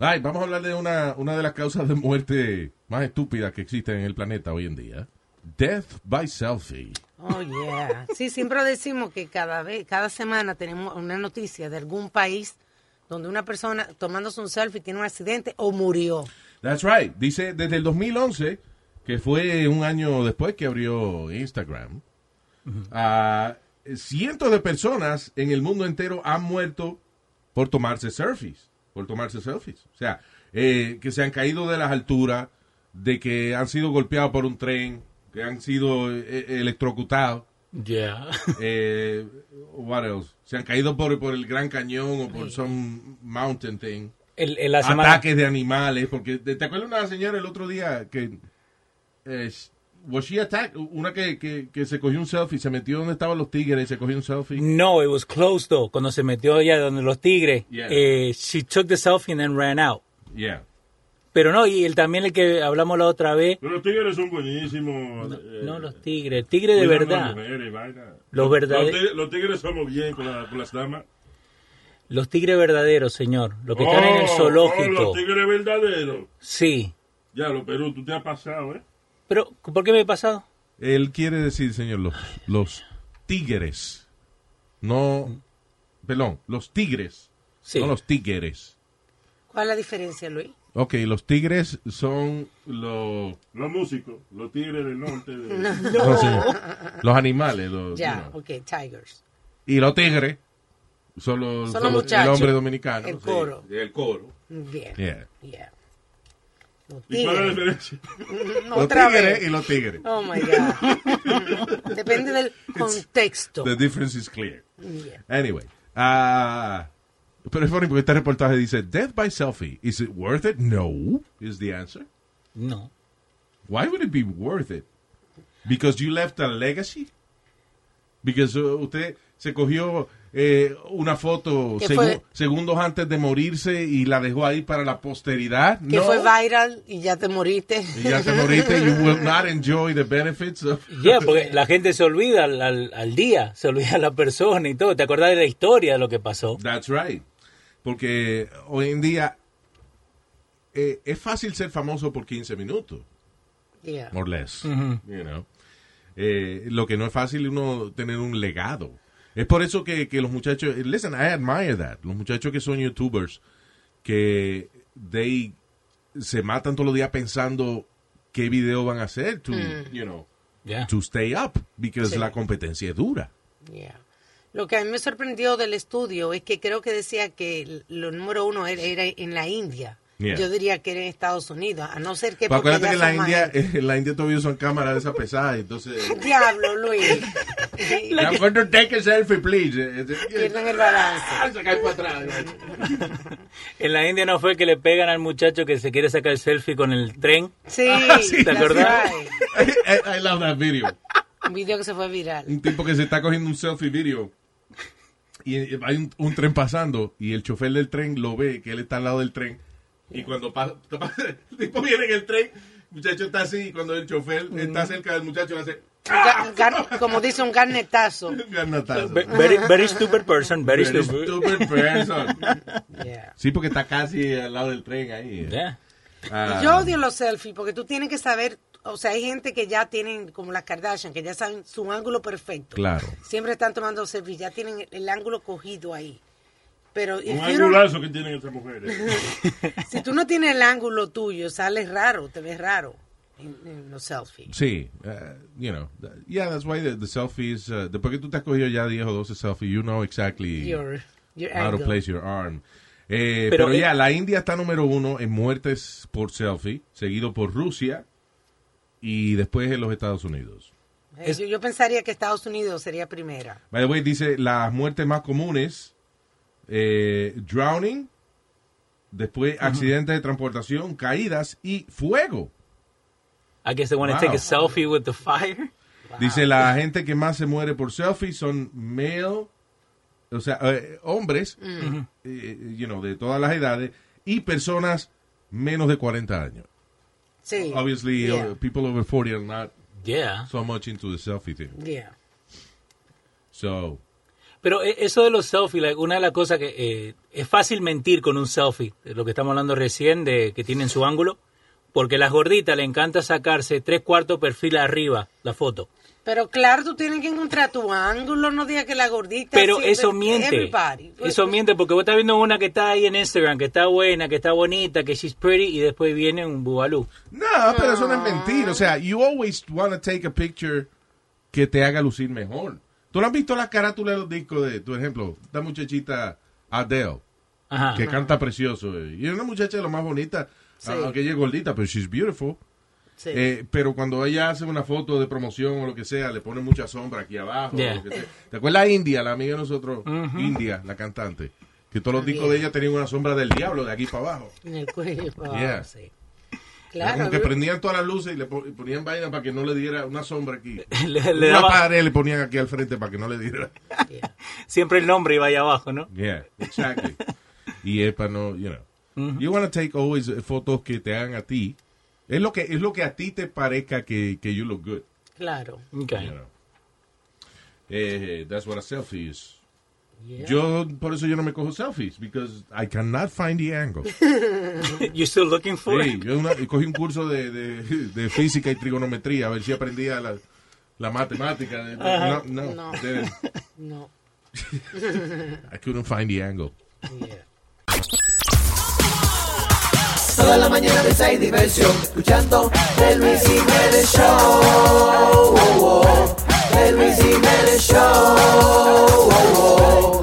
Ay, vamos a hablar de una, una de las causas de muerte más estúpidas que existen en el planeta hoy en día. Death by selfie. Oh, yeah. Sí, siempre decimos que cada vez, cada semana tenemos una noticia de algún país donde una persona tomándose un selfie tiene un accidente o murió. That's right. Dice desde el 2011, que fue un año después que abrió Instagram, ah, cientos de personas en el mundo entero han muerto por tomarse selfies, por tomarse selfies. O sea, eh, que se han caído de las alturas, de que han sido golpeados por un tren, que han sido eh, electrocutados. Yeah. Eh, what else? Se han caído por, por el Gran Cañón o por some mountain thing. El- el- la semana- Ataques de animales. Porque, ¿te te acuerdas una señora el otro día que... eh, was she attacked? Una que, que, que se cogió un selfie, se metió donde estaban los tigres y se cogió un selfie. No, it was close though. Cuando se metió allá donde los tigres, Yeah. eh, she took the selfie and then ran out. Yeah. Pero no, y el, también el que hablamos la otra vez, Pero los tigres son buenísimos. eh, No, los tigres, tigres de verdad. Los verdaderos- Los tigres, los tigres somos bien con, la- con las damas. Los tigres verdaderos, señor. Los que están en el Oh, oh, zoológico. los tigres verdaderos. Sí. Ya, lo Perú, tú te has pasado, ¿eh? Pero, ¿por qué me he pasado? Él quiere decir, señor, los, los tigres. No... Perdón, los tigres. No los tigres. ¿Cuál es la diferencia, Luis? Ok, los tigres son los... Los músicos, los tigres del norte. de- No. no sé, los animales, los... you know. Ya, ok, Tigers. Y los tigres son los, Son los son los- el muchachos. hombre dominicano. El sí. coro. El coro. Bien. Yeah. Yeah. Los ¿Y cuál es la tigres. diferencia? Mm, Los otra tigres vez. y los tigres. Oh my God. Depende del contexto. The difference is clear. Yeah. Anyway. ah, pero es funny porque este reportaje dice, Death by selfie, is it worth it? No, is the answer. No. Why would it be worth it? Because you left a legacy? Because uh, usted se cogió eh, una foto Que segu- fue- segundos antes de morirse y la dejó ahí para la posteridad. Que no. fue viral y ya te moriste. Y ya te moriste, you will not enjoy the benefits of... Yeah, porque la gente se olvida al, al- al día, se olvida la persona y todo. ¿Te acordás de la historia de lo que pasó? That's right. Porque hoy en día eh, es fácil ser famoso por 15 minutos, Yeah. more or less. Ujú. you know. Eh, lo que no es fácil uno tener un legado. Es por eso que, que los muchachos, eh, listen, I admire that. Los muchachos que son youtubers, que they se matan todos los días pensando qué video van a hacer to, Mm. you know, Yeah. to stay up, because Sí. la competencia es dura. Yeah. Lo que a mí me sorprendió del estudio es que creo que decía que l- lo número uno era, era en la India. Yeah. Yo diría que era en Estados Unidos, a no ser que... Pero porque Pues ya acuérdate que en la son más India, en la India todavía usan cámaras de esa pesada, entonces... gente. Diablo, Luis. I'm going to take a selfie, please. Eh, Pierden el balance. En la India no fue que le pegan al muchacho que se quiere sacar el selfie con el tren. Ah, Sí, ¿Te that's acordás? right. I, I love that video. Un video que se fue viral. Un tipo que se está cogiendo un selfie video y eh, hay un, un tren pasando y el chofer del tren lo ve que él está al lado del tren y cuando pasa, el tipo viene en el tren muchacho está así y cuando el chofer Mm. está cerca del muchacho le hace Un gar- gar- como dice un garnetazo. garnatazo. Ve- Very, very stupid person, very, Very stupid. stupid person. Yeah. Sí, porque está casi al lado del tren ahí. eh. Ah, Yo odio los selfies porque tú tienes que saber, o sea, hay gente que ya tienen, como las Kardashian, que ya saben su ángulo perfecto. Claro. Siempre están tomando selfies, ya tienen el, el ángulo cogido ahí. Pero if Un you don't- angulazo que tienen estas mujeres. si tú no tienes el ángulo tuyo, sales raro, te ves raro en, en los selfies. Sí, eh, you know, th- yeah, that's why the, the selfies, eh, después que tú te has cogido ya 10 o 12 selfies, you know exactly Your- your how to angle. place your arm. Eh, Pero pero el- ya, la India está número uno en muertes por selfie, seguido por Rusia y después en los Estados Unidos. Eh, yo, yo pensaría que Estados Unidos sería primera. By the way, dice las muertes más comunes, eh, drowning, después accidentes de transportación, caídas y fuego. I guess they want to Wow. take a selfie with the fire. Dice la gente que más se muere por selfie son male, o sea, eh, hombres, Mm. eh, you know, de todas las edades y personas menos de 40 años. Sí. Obviously, Yeah. uh, people over 40 are not Yeah. so much into the selfie thing. Yeah. So, Pero eh, eso de los selfies, like, una de las cosas que eh, es fácil mentir con un selfie, de lo que estamos hablando recién, de que tienen su ángulo, porque a las gorditas le encanta sacarse tres cuartos perfil arriba la foto. Pero claro, tú tienes que encontrar tu ángulo, no digas que la gordita. Pero sí, eso but miente. everybody. Pues Eso miente porque vos estás viendo una que está ahí en Instagram, que está buena, que está bonita, que she's pretty, y después viene un bubalú. no, pero eso no es mentira. O sea, you always want to take a picture que te haga lucir mejor. ¿Tú no has visto las carátulas de los discos de, por ejemplo, esta muchachita Adele, Ajá. que canta precioso? eh, Y es una muchacha de lo más bonita, Sí. aunque ella es gordita, pero she's beautiful. Sí. Eh, pero cuando ella hace una foto de promoción o lo que sea, le pone mucha sombra aquí abajo. Yeah. o lo que sea. ¿Te acuerdas India, la amiga de nosotros? India, la cantante. Que todos los discos de ella tenían una sombra del diablo de aquí para abajo. En el cuello. para Yeah. abajo, sí. Claro. Como que yo- prendían todas las luces y le po- y ponían vaina para que no le diera una sombra aquí. Le- le una daba- pared le ponían aquí al frente para que no le diera. Siempre el nombre iba ahí abajo, ¿no? Yeah, exactly. y es para no, you know. You want take always eh, fotos que te hagan a ti. Es lo que, es lo que a ti te parezca que, que you look good. Claro. You know. Eh, that's what a selfie is. Yo, por eso yo no me cojo selfies, because I cannot find the angle. You still looking for Sí, it? yo una- cogí un curso de, de- de física y trigonometría, a ver si aprendía la, la matemática. Ajá. No, no. No. didn't. No. I couldn't find the angle. Toda la mañana de y diversión, escuchando el Luis Jiménez Show. Oh, oh, oh. El Luis Jiménez Show. Oh, oh, oh.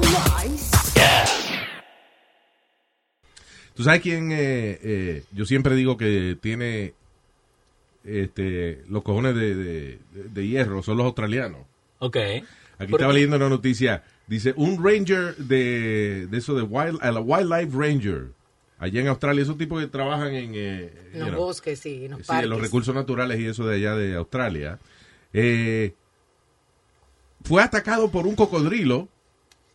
¿Tú sabes quién? eh, eh, yo siempre digo que tiene este, los cojones de, de- de hierro, son los australianos. Ok. Aquí ¿Por estaba qué? leyendo una noticia. Dice, un ranger de, de eso de wild, a la Wildlife Ranger, allá en Australia, esos tipos que trabajan en, eh, En los you know, bosques, sí. En los sí, en parques. los recursos naturales y eso de allá de Australia, eh, fue atacado por un cocodrilo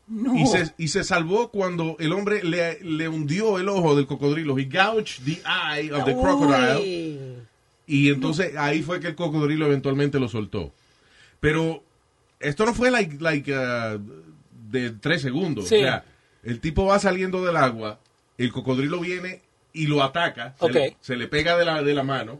y, se, y se salvó cuando el hombre le, le hundió el ojo del cocodrilo. He gouged the eye of the crocodile. Uy. Y entonces ahí fue que el cocodrilo eventualmente lo soltó. Pero esto no fue like, like, uh, de tres segundos. Sí. O sea, el tipo va saliendo del agua, el cocodrilo viene y lo ataca. Se, Ok. Uh. le, se le pega de la, de la mano.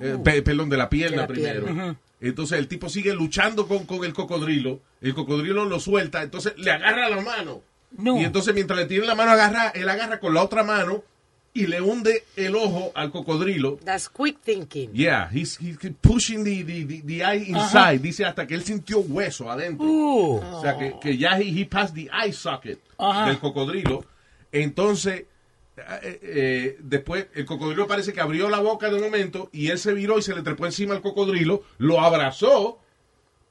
Eh, pe- perdón, de la pierna De la primero. pierna. Ujú. Entonces el tipo sigue luchando con, con el cocodrilo. El cocodrilo lo suelta, entonces le agarra la mano. No. Y entonces mientras le tiene la mano agarra, él agarra con la otra mano y le hunde el ojo al cocodrilo. That's quick thinking. Yeah, he's, he's pushing the, the, the, the eye inside. Dice hasta que él sintió hueso adentro. Ooh. O sea, que, que ya he, he passed the eye socket Ajá. del cocodrilo. Entonces, eh, eh, después el cocodrilo parece que abrió la boca de un momento y él se viró y se le trepó encima al cocodrilo, lo abrazó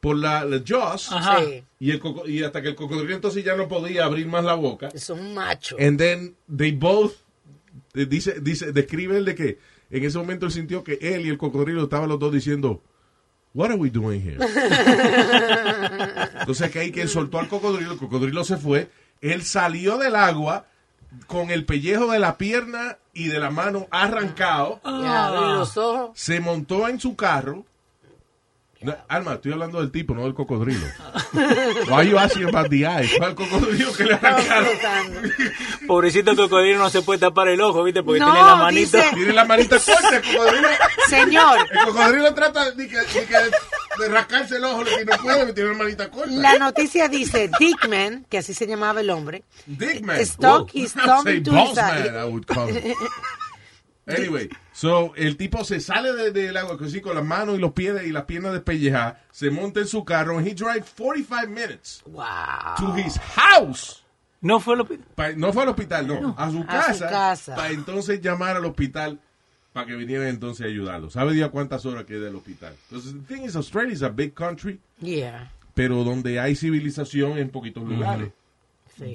por la, las jaws Ajá. Sí. y, el coco- y hasta que el cocodrilo entonces ya no podía abrir más la boca. Es un macho. And then they both eh, dice, dice, describe el de que en ese momento él sintió que él y el cocodrilo estaban los dos diciendo, What are we doing here? Entonces que ahí que él soltó al cocodrilo, el cocodrilo se fue, él salió del agua, con el pellejo de la pierna y de la mano arrancado. Ya, y Ah. los ojos. Se montó en su carro. No, Alma, estoy hablando del tipo, no del cocodrilo. Why you asking about the eyes? ¿Cuál cocodrilo que le arrancaron? Pobrecito cocodrilo no se puede tapar el ojo, ¿viste? Porque No, tiene la manita. dice- Tiene la manita fuerte, el cocodrilo. Señor. El cocodrilo trata de, que- de que- de rascarse el ojo y no puede, tiene una manita corta. La noticia dice Dickman, que así se llamaba el hombre. Dickman. Stuck Whoa. his thumb Say into boss his man, eye. I would call it. Anyway, so el tipo se sale de- del agua así con las manos y los pies y las piernas despellejadas, se monta en su carro and he drive 45 minutes to his house. No fue al hospital. No fue al hospital, no, a su a su casa. casa. Para entonces llamar al hospital para que vinieran entonces a ayudarlo. ¿Sabe Dios cuántas horas queda el hospital? Entonces, the thing is, Australia is a big country, Yeah. pero donde hay civilización en poquitos lugares.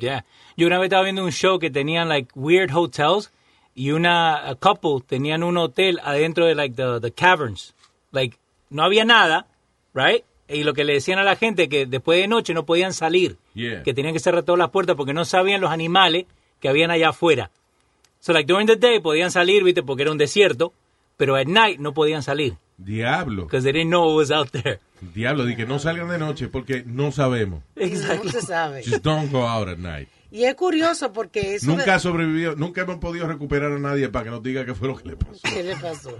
Yeah. Yo una vez estaba viendo un show que tenían like weird hotels y una a couple tenían un hotel adentro de like the, the caverns. Like no había nada, right? Y lo que le decían a la gente que después de noche no podían salir, Yeah. que tenían que cerrar todas las puertas porque no sabían los animales que habían allá afuera. So like during the day podían salir, viste, porque era un desierto, pero at night no podían salir Diablo, because they didn't know what was out there. diablo, di que no salgan de noche porque no sabemos. No se sabe. Just don't go out at night. Y es curioso porque eso. nunca ha de- sobrevivido, nunca hemos podido recuperar a nadie para que nos diga qué fue lo que le pasó. ¿Qué le pasó?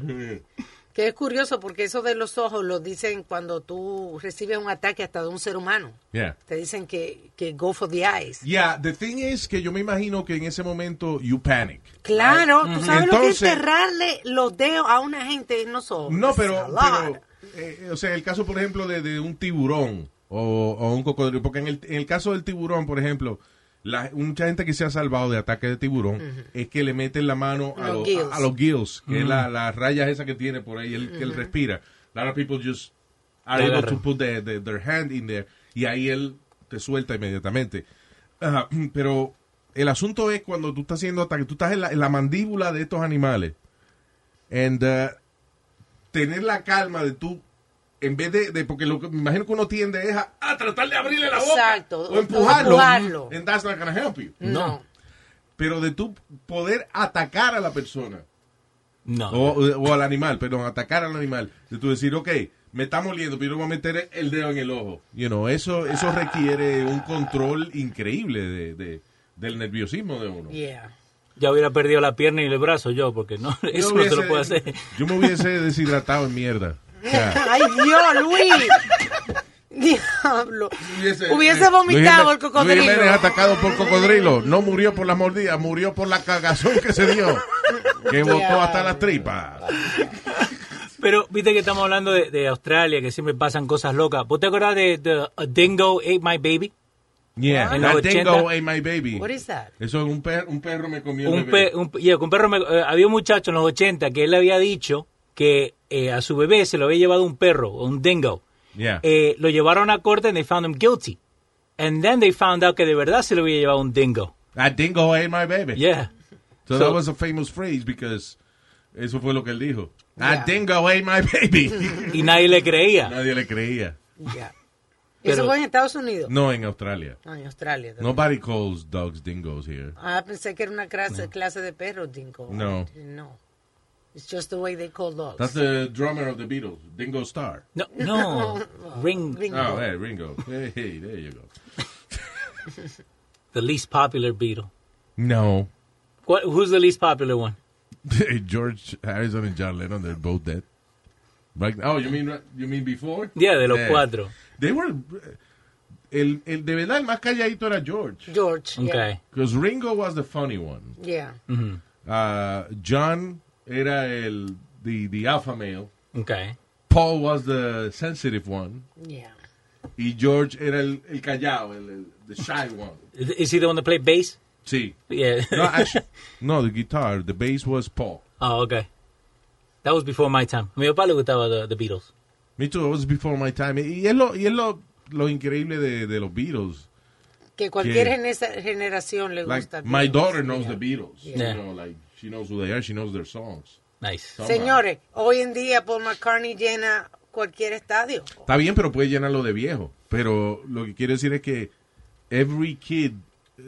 Que es curioso porque eso de los ojos lo dicen cuando tú recibes un ataque hasta de un ser humano. Yeah. Te dicen que, que go for the eyes. Yeah, the thing is que yo me imagino que en ese momento you panic. Claro, tú Ujú. sabes lo que es Entonces- enterrarle los dedos a una gente en los ojos. No, It's pero, a lot. pero, eh, eh, o sea, el caso, por ejemplo, de, de un tiburón o, o un cocodrilo, porque en el, en el caso del tiburón, por ejemplo, la- mucha gente que se ha salvado de ataque de tiburón Ujú. es que le meten la mano a Los los, gills. a, a los gills, que es Ujú. la, las rayas esas que tiene por ahí, el, que él Ujú. respira. A lot of people just are Te able agarran. to put their, their- their hand in there y ahí él te suelta inmediatamente. Ajá, pero el asunto es cuando tú estás haciendo ataque, tú estás en la, en la mandíbula de estos animales. And uh, tener la calma de tú, en vez de, de- porque lo que me imagino que uno tiende es a, a tratar de abrirle la boca Exacto. o empujarlo. Empujarlo. And that's not gonna help you. No. Pero de tú poder atacar a la persona. No. O, o al animal, perdón, atacar al animal. De tú decir, ok, me está moliendo, pero yo voy a meter el dedo en el ojo. You know, eso, eso requiere un control increíble de, de- del nerviosismo de uno. Ya hubiera perdido la pierna y el brazo yo, porque no, eso no se lo hubiese- puede hacer. Yo me hubiese deshidratado en mierda. O sea, Ay, Dios, Luis. Diablo. Hubiese, vomitado eh, Luis Jiménez- el cocodrilo. Luis Jiménez atacado por cocodrilo. No murió por las mordidas, murió por la cagazón que se dio. Que botó hasta las tripas. Pero viste que estamos hablando de, de Australia, que siempre pasan cosas locas. ¿Vos te acordás de, de A Dingo Ate My Baby? Yeah, En that los 80. dingo ate my baby. What is that? Eso es un perro, un perro me comió el Un, bebé. pe- un pe- yeah, un perro me- eh, había un muchacho en los 80 que él había dicho que eh, a su bebé se lo había llevado un perro, un dingo. Yeah. Eh, lo llevaron a corte and they found him guilty. And then they found out que de verdad se lo había llevado un dingo. A dingo ate my baby. Yeah. So, So- that was a famous phrase because eso fue lo que él dijo. A dingo ate my baby. Y nadie le creía. Nadie le creía. Ya. Pero- ¿Eso fue en Estados Unidos? No, en Australia. Ah, en Australia. también. Nobody calls dogs dingos here. Ah, pensé que era una clase, clase de perros, Dingo. No. No. It's just the way they call dogs. That's the drummer of the Beatles, Dingo Starr. No, no. Ring. Oh, hey, Ringo. Hey, hey, there you go. The least popular beetle. No. What, who's the least popular one? George Harrison and John Lennon, they're both dead. Right now- oh, you mean right- you mean before? Yeah, de los cuatro. They were el, el de verdad el más calladito era George. George. yeah. Okay. Because Ringo was the funny one. Yeah. Mm. Uh, John era el the the alpha male. Okay. Paul was the sensitive one. Yeah. Y George era el, el callado, el, el the shy one. Is he the one that played bass? Sí. Yeah. No, actually, no, the guitar, the bass was Paul. Oh, okay. That was before my time. A mi papá le gustaba the, the Beatles. Me too, it was before my time. Y es lo, y es lo, lo increíble de, de los Beatles. Que cualquier Que- gene- generación le Like, gusta. my Beatles. daughter knows the Beatles. Yeah. You know, like, she knows who they are, she knows their songs. Nice. Señores, hoy en día Paul McCartney llena cualquier estadio. Está bien, pero puede llenarlo de viejo. Pero lo que quiero decir es que every kid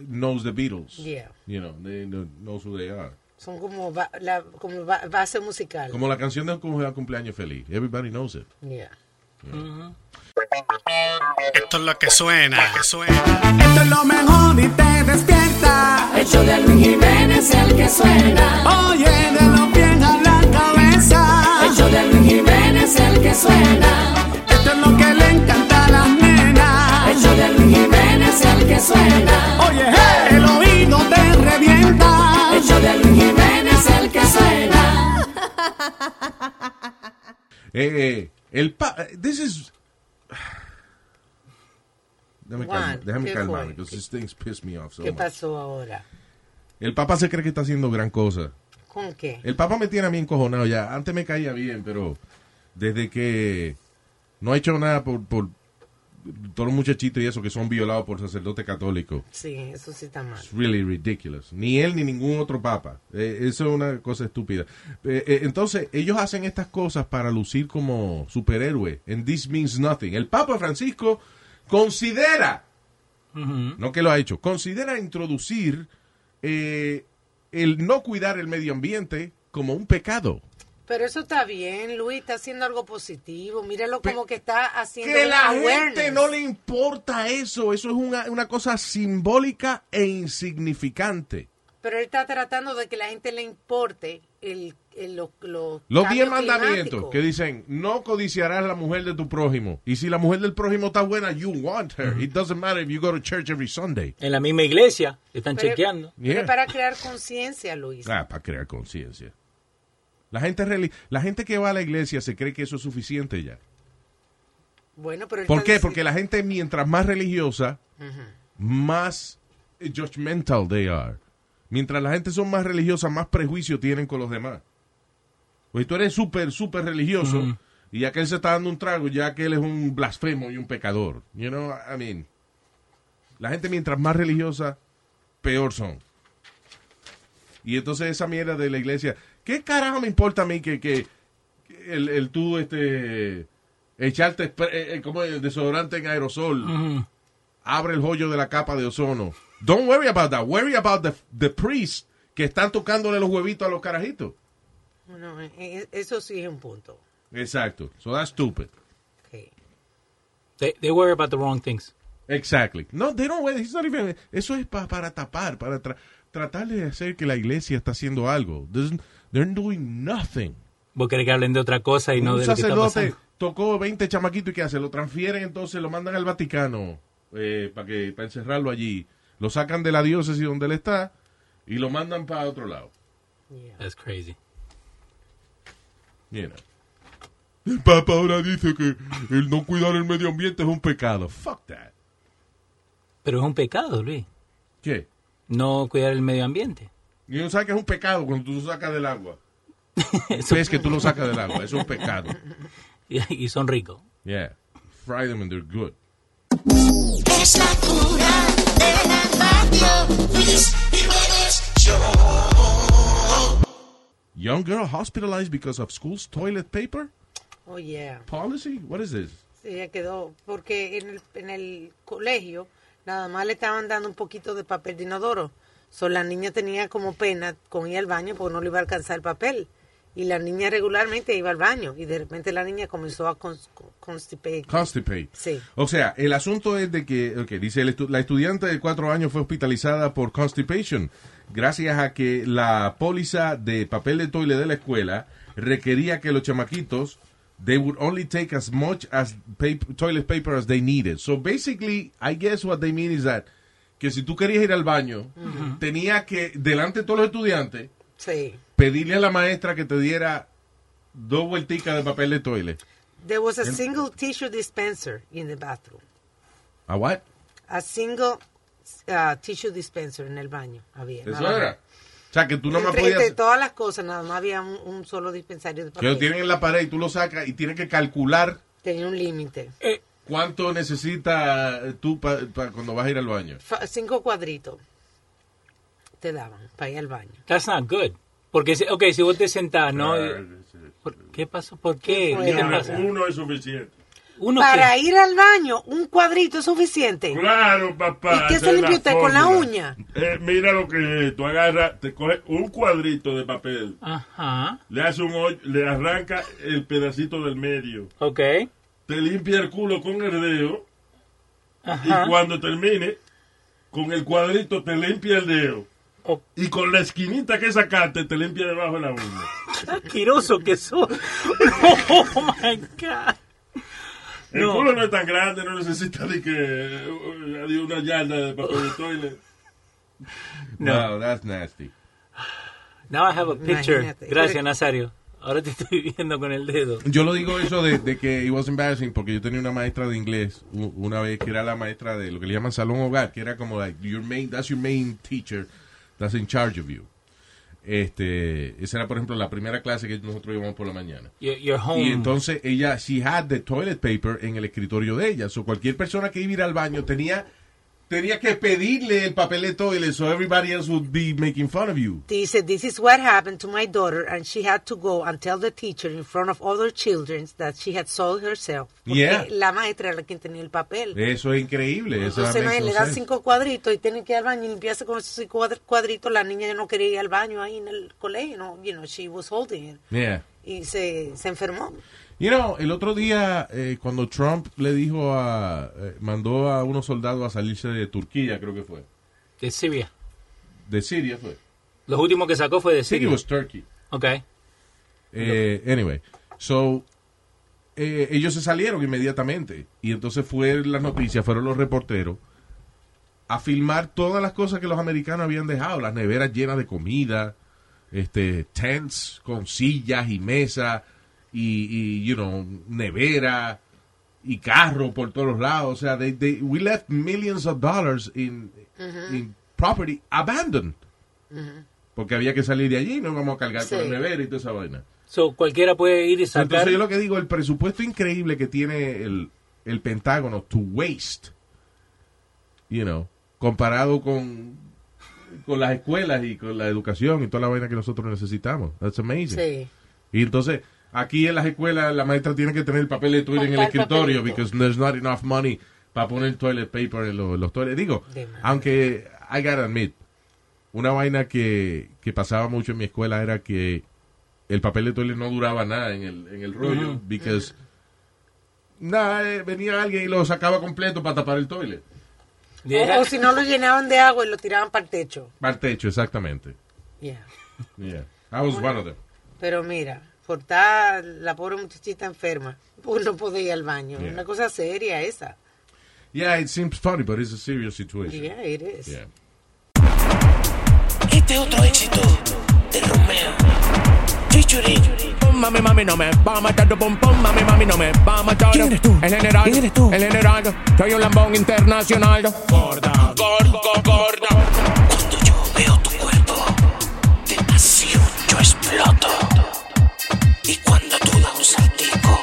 knows the Beatles. Yeah. You know, they know- knows who they are. Son como, ba- la, como ba- base musical. Como la canción del cum- cumpleaños feliz. Everybody knows it. Yeah. Esto es lo que suena. que suena. Esto es lo mejor y te despierta. El show de Luis Jiménez el que suena. Oye, de los pies a la cabeza. El show de Luis Jiménez el que suena. Esto es lo que le encanta a las nenas. El show de Luis Jiménez el que suena. Oye, hey. el oído te revienta. El show de Luis Jiménez el que suena. Eh, eh, el pa this is Déjame, Juan, calma- déjame ¿qué calmarme, fue? because these things piss me off so ¿Qué much. pasó ahora? El Papa se cree que está haciendo gran cosa. ¿Con qué? El Papa me tiene a mí encojonado ya. Antes me caía bien, pero desde que no ha hecho nada por, por todos los muchachitos y eso que son violados por sacerdotes católicos. Sí, eso sí está mal. It's really ridiculous. Ni él ni ningún otro papa. Eh, eso es una cosa estúpida. Eh, eh, entonces, ellos hacen estas cosas para lucir como superhéroes. And this means nothing. El Papa Francisco considera, no que lo ha hecho, considera introducir eh, el no cuidar el medio ambiente como un pecado. Pero eso está bien, Luis, está haciendo algo positivo. Míralo como que está haciendo Que un la awareness. gente no le importa eso. Eso es una, una cosa simbólica e insignificante. Pero él está tratando de que la gente le importe el, el- lo- lo- Los cambio diez mandamientos climático. que dicen, no codiciarás la mujer de tu prójimo. Y si la mujer del prójimo está buena, you want her. It doesn't matter if you go to church every Sunday. En la misma iglesia están Pero- chequeando. pero Yeah. para crear conciencia, Luis. Ah, para crear conciencia. La gente, reali- la gente que va a la iglesia se cree que eso es suficiente ya. Bueno, pero él ¿Por está qué? dici- Porque la gente, mientras más religiosa, Ujú. más eh, judgmental they are. Mientras la gente son más religiosa, más prejuicio tienen con los demás. Pues tú eres súper, súper religioso y ya que él se está dando un trago, ya que él es un blasfemo y un pecador. You know, I mean, la gente mientras más religiosa, peor son. Y entonces esa mierda de la iglesia, ¿qué carajo me importa a mí que, que que el, el tú, este, echarte esp- eh, eh, como el desodorante en aerosol? abre el hoyo de la capa de ozono. Don't worry about that. Worry about the, the priest que están tocándole los huevitos a los carajitos. No, eh, eh, eso sí es un punto. Exacto. So that's stupid. They, they worry about the wrong things. Exactly. No, they don't worry. It's not even- Eso es pa- para tapar, para tra- tratar de hacer que la iglesia está haciendo algo. There's- They're doing nothing. Vos querés que hablen de otra cosa y no Un de lo que está sacerdote pasando. tocó 20 chamaquitos y ¿qué hace? Lo transfieren entonces, lo mandan al Vaticano eh, para que para encerrarlo allí. Lo sacan de la diócesis donde él está y lo mandan para otro lado. That's crazy. You know. El Papa ahora dice que el no cuidar el medio ambiente es un pecado. Fuck that. Pero es un pecado, Luis. ¿Qué? No cuidar el medio ambiente. Y no sabes que es un pecado cuando tú lo sacas del agua. Ves que tú lo sacas del agua. Es un pecado. y son ricos. Yeah. Fry them and they're good. Es la cura de la radio, Luis Jiménez Show. Young girl hospitalized because of school's toilet paper Oh, yeah. policy? What is this? Sí, Ella quedó, porque en el, en el colegio nada más le estaban dando un poquito de papel de inodoro. So, la niña tenía como pena con ir al baño porque no le iba a alcanzar el papel. Y la niña regularmente iba al baño y de repente la niña comenzó a cons- constipar. Constipate. Sí. O sea, el asunto es de que, ok, dice, el estu- la estudiante de cuatro años fue hospitalizada por constipation gracias a que la póliza de papel de toile de la escuela requería que los chamaquitos they would only take as much as pap- toilet paper as they needed. So basically, I guess what they mean is that que si tú querías ir al baño, Ujú. tenía que, delante de todos los estudiantes, Sí. pedirle a la maestra que te diera dos vuelticas de papel de toile. There was a En- single tissue dispenser in the bathroom. ¿A what? A single uh, tissue dispenser en el baño había. Eso nada era. O sea, que tú más. no más Entre, entre podías... todas las cosas, nada más había un, un solo dispensario de Que papel. lo tienen en la pared y tú lo sacas y tienes que calcular Tenía un límite. cuánto necesita eh, tú pa- pa- cuando vas a ir al baño. Fa- Cinco cuadritos te daban para ir al baño. That's not good. Porque, si- ok, si vos te sentás, ¿no? Ah, ¿Por- ¿Qué pasó? ¿Por qué? Uno- ¿Qué te pasa? Uno es suficiente. Uno para que- ir al baño, un cuadrito es suficiente. Claro, papá. ¿Y qué esa se es limpió la usted con la fórmula. uña? Eh, mira lo que es. Tú agarras, te coges un cuadrito de papel, Ajá. le haces un hoyo, le arranca el pedacito del medio. Ok. Te limpia el culo con el dedo. Ajá. Y cuando termine, con el cuadrito te limpia el dedo. Y con la esquinita que sacaste, te limpia debajo de la uña. Asqueroso que sos. Oh my God. El No. culo no es tan grande, no necesita ni que eh, de una yarda de papel de toilet. No, that's nasty. Now I have a picture. Imagínate. Gracias, Nazario. Ahora te estoy viendo con el dedo. Yo lo digo eso de, de que it was embarrassing porque yo tenía una maestra de inglés u- una vez que era la maestra de lo que le llaman salón hogar, que era como like your main that's your main teacher that's in charge of you. Este, esa era por ejemplo la primera clase que nosotros íbamos por la mañana. Your- your home. Y entonces ella she had the toilet paper en el escritorio de ella, o so cualquier persona que iba a ir al baño tenía tenía que pedirle el papel de toilet so everybody else would be making fun of you. Dice, this is what happened to my daughter and she had to go and tell the teacher in front of other children that she had sold herself. Porque Yeah. la maestra era quien tenía el papel. Eso es increíble, eso Entonces makes imagínate, no le dan sense. cinco cuadritos y tienen que ir al baño y limpiarse con esos cinco cuadr- cuadritos. La niña ya no quería ir al baño ahí en el colegio, no, you know, she was holding it. Yeah. Y se, se enfermó. You know, el otro día, eh, cuando Trump le dijo a. eh, mandó a unos soldados a salirse de Turquía, creo que fue. De Siria. De Siria fue. Los últimos que sacó fue de Sí, Siria. it was Turkey. Ok. Eh, anyway, so. eh, ellos se salieron inmediatamente. Y entonces fue las noticias, fueron los reporteros a filmar todas las cosas que los americanos habían dejado: las neveras llenas de comida, este, tents con sillas y mesas, y, y, you know, nevera. y carro por todos los lados. O sea, they, they- we left millions of dollars in, Ujú. in property abandoned. Porque había que salir de allí, no vamos a cargar con Sí. el nevera y toda esa vaina. So, cualquiera puede ir y sacar. Entonces yo lo que digo, el presupuesto increíble que tiene el, el Pentágono to waste, you know, comparado con, con las escuelas y con la educación y toda la vaina que nosotros necesitamos. That's amazing. Sí. Y entonces, aquí en las escuelas, la maestra tiene que tener el papel de toilet en el Comprar escritorio, papelito. because there's not enough money para poner toilet paper en los, los toilets. Digo, aunque, I gotta admit, una vaina que, que pasaba mucho en mi escuela era que el papel de toilet no duraba nada en el, en el rollo, Ujú. because, Eh. nada, eh, venía alguien y lo sacaba completo para tapar el toilet. O, o si no lo llenaban de agua y lo tiraban para el techo. Para el techo, exactamente. Yeah. Yeah. I was one of them. Pero mira, por estar la pobre muchachita enferma, pues no podía ir al baño. Yeah. Una cosa seria esa. Yeah, it seems funny, but it's a serious situation. Yeah, it is. Yeah. Este otro éxito de Romeo. Featuring. Mami, mami, no me va a matar tu pom pom. Mami, mami, no me va a matar. ¿Quién eres tú? El general. ¿Quién eres tú? El general. Soy un lambón internacional. Gorda. Gorda, gorda. Cuando yo veo tu cuerpo, de pasión yo exploto. Y cuando tú das un saltico,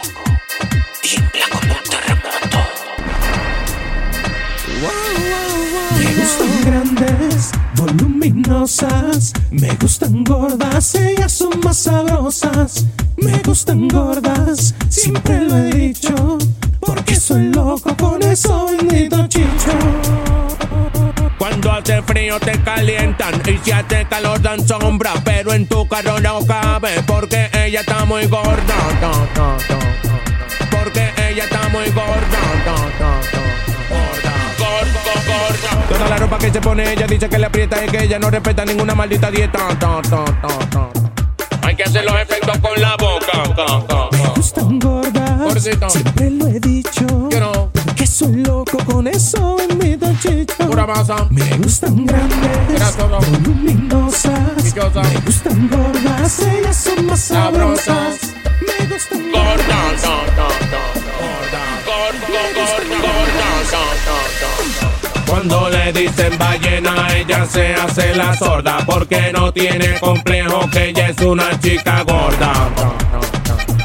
tiembla como un terremoto. Me gustan grandes, voluminosas. Me gustan gordas, ellas son más sabrosas. Me gustan gordas, siempre lo he dicho. Porque soy loco con eso bendito chicho. Cuando hace frío te calientan y si hace calor dan sombra, pero en tu carro no cabe porque ella está muy gorda. no, no, no, no, no. Porque ella está muy gorda. no, no, no, no. Gorda, gorda, gorda. Toda la ropa que se pone ella dice que le aprieta y que ella no respeta ninguna maldita dieta. no, no, no, no. Hay que hacer los efectos con la boca. no, no, no. Gustan gordas, Gordito. siempre lo he dicho. Porque soy loco con eso bendito chicho. Pura masa. Me gustan grandes, Gracias, voluminosas. Me gustan gordas, ellas son más sabrosas. Me gustan Gorda, no, no, no, no. Gorda, gorda, gorda, no, no, no. Cuando le dicen ballena, ella se hace la sorda porque no tiene complejo que ella es una chica gorda.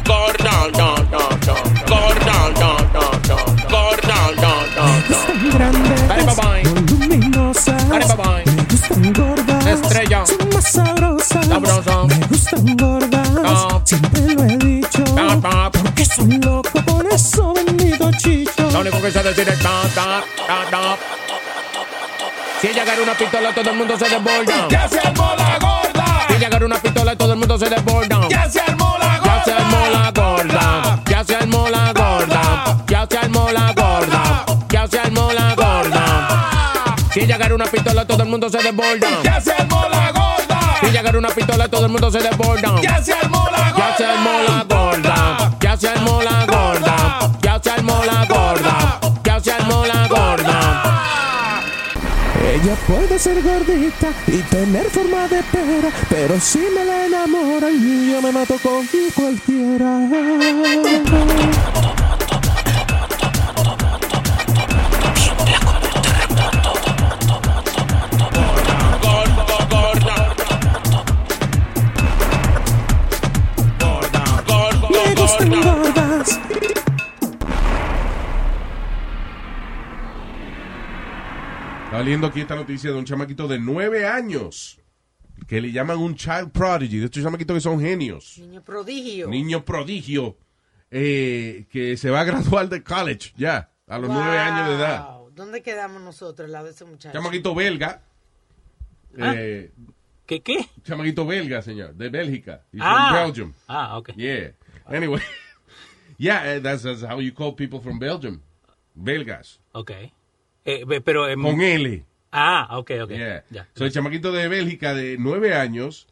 Gorda, no, no, no. Gorda, no, no, no. Gorda, no, no, no. grandes, Dale, bye-bye. voluminosas. Dale, bye-bye. Me gustan gordas, Estrella. son más sabrosas. Sabrosa. Me gustan gordas, Top. siempre lo he dicho. Top, top. Porque soy loco por eso bendito empieza a decir ta, ta, ta, ta. Si ella agarra una pistola, todo el mundo se desborda. Ya se armó la gorda. Si ella agarra una pistola, todo el mundo se desborda. Ya se armó la Ya se armó la gorda. Ya se armó la gorda. Ya se armó la gorda. Ya se armó la gorda. Si ella agarra una pistola, todo el mundo se desborda. Ya se armó la gorda. Si ella agarra una pistola, todo el mundo se desborda. Ya se armó la gorda. Ya se armó la gorda. Ya se armó la gorda. Ya se armó la gorda. Ya se armó la gorda. Ella puede ser gordita y tener forma de pera, pero si me la enamoran, yo me mato con cualquiera. Me gustan gordas. Estaba leyendo aquí esta noticia de un chamaquito de nueve años que le llaman un child prodigy. De estos chamaquitos que son genios. Niño prodigio. Niño prodigio eh, que se va a graduar de college ya a los nueve años de edad. Wow. ¿Dónde quedamos nosotros al lado de ese muchacho? Chamaquito belga. Eh, Ah. ¿Qué qué? Chamaquito belga, señor, de Bélgica. He's Ah. from Belgium. Ah, okay. Yeah. Anyway. yeah, eh, that's, that's how you call people from Belgium. Belgas. Ok. Eh, pe- pero en- Con L. Ah, ok, ok. Yeah. Ya. So, el chamaquito de Bélgica de nueve años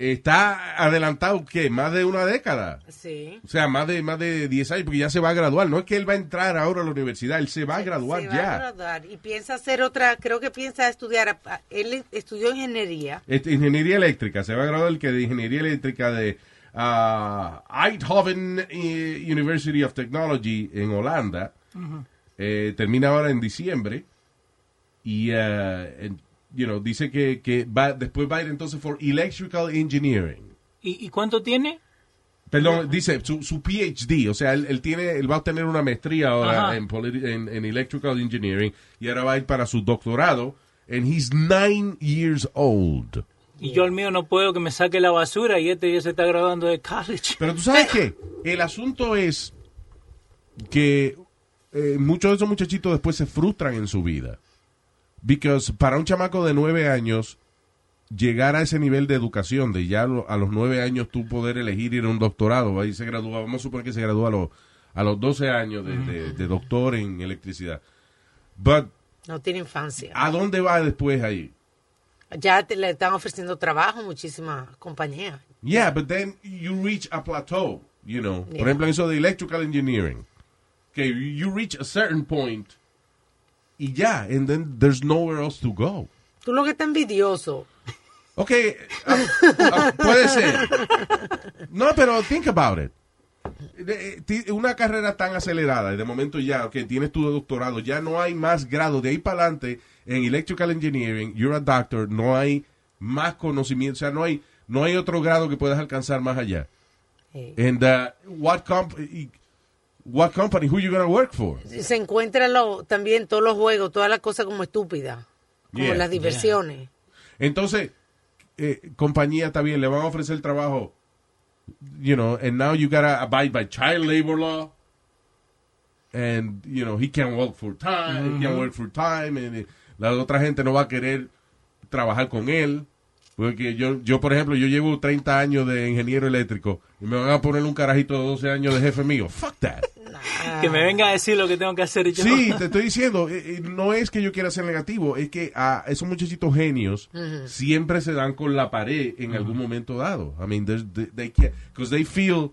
está adelantado, ¿qué? Más de una década. Sí. O sea, más de más de 10 años, porque ya se va a graduar. No es que él va a entrar ahora a la universidad, él se va a graduar Se va a ya. graduar y piensa hacer otra, creo que piensa estudiar, a- él estudió ingeniería. Este, ingeniería eléctrica, se va a graduar el que de ingeniería eléctrica de ah, Eindhoven eh, University of Technology en Holanda. Eh, termina ahora en diciembre. Y, eh, en- you know, dice que, que va, después va a ir entonces por Electrical Engineering. ¿Y, y cuánto tiene? Perdón, dice su, su PhD, o sea, él, él tiene, él va a obtener una maestría Ajá. ahora en, politi- en, en Electrical Engineering y ahora va a ir para su doctorado. And he's nine years old. Y yo el mío no puedo que me saque la basura y este ya se está graduando de college. Pero tú sabes qué, el asunto es que eh, muchos de esos muchachitos después se frustran en su vida. Because para un chamaco de nueve años, llegar a ese nivel de educación, de ya lo- a los nueve años tú poder elegir ir a un doctorado, ahí se gradúa, vamos a suponer que se gradúa a los, a los 12 años de, de- de doctor en electricidad. But, No tiene infancia. ¿a dónde va después ahí? Ya te- le están ofreciendo trabajo muchísimas compañías. Yeah, but then you reach a plateau, you know. Yeah. Por ejemplo, en eso de electrical engineering. Que you reach a certain point y ya, and then there's nowhere else to go. Tú lo que estás envidioso. Ok, ah, ah, puede ser. No, pero think about it. De- eh, ti- Una carrera tan acelerada, y de momento ya, ok, tienes tu doctorado, ya no hay más grado. De ahí para adelante, en Electrical Engineering, you're a doctor, no hay más conocimiento, o sea, no hay, no hay otro grado que puedas alcanzar más allá. And uh, what, comp y- what company, who you going to work for? Se encuentra lo, también todos los juegos, todas las cosas como estúpidas, como Yeah. las diversiones. Entonces, eh, compañía está bien, le van a ofrecer trabajo. You know, and now you gotta abide by child labor law. And, you know, he can't work full time, he can't Ujú. work full time. And eh, la otra gente no va a querer trabajar con él. Porque yo, yo, por ejemplo, yo llevo 30 años de ingeniero eléctrico y me van a poner un carajito de 12 años de jefe mío. Fuck that. Que Ah. me venga a decir lo que tengo que hacer yo. Sí, te estoy diciendo, eh, eh, no es que yo quiera ser negativo, es que a esos muchachitos genios Ujú. siempre se dan con la pared en algún momento dado. I mean, there's- they, they can't, because they feel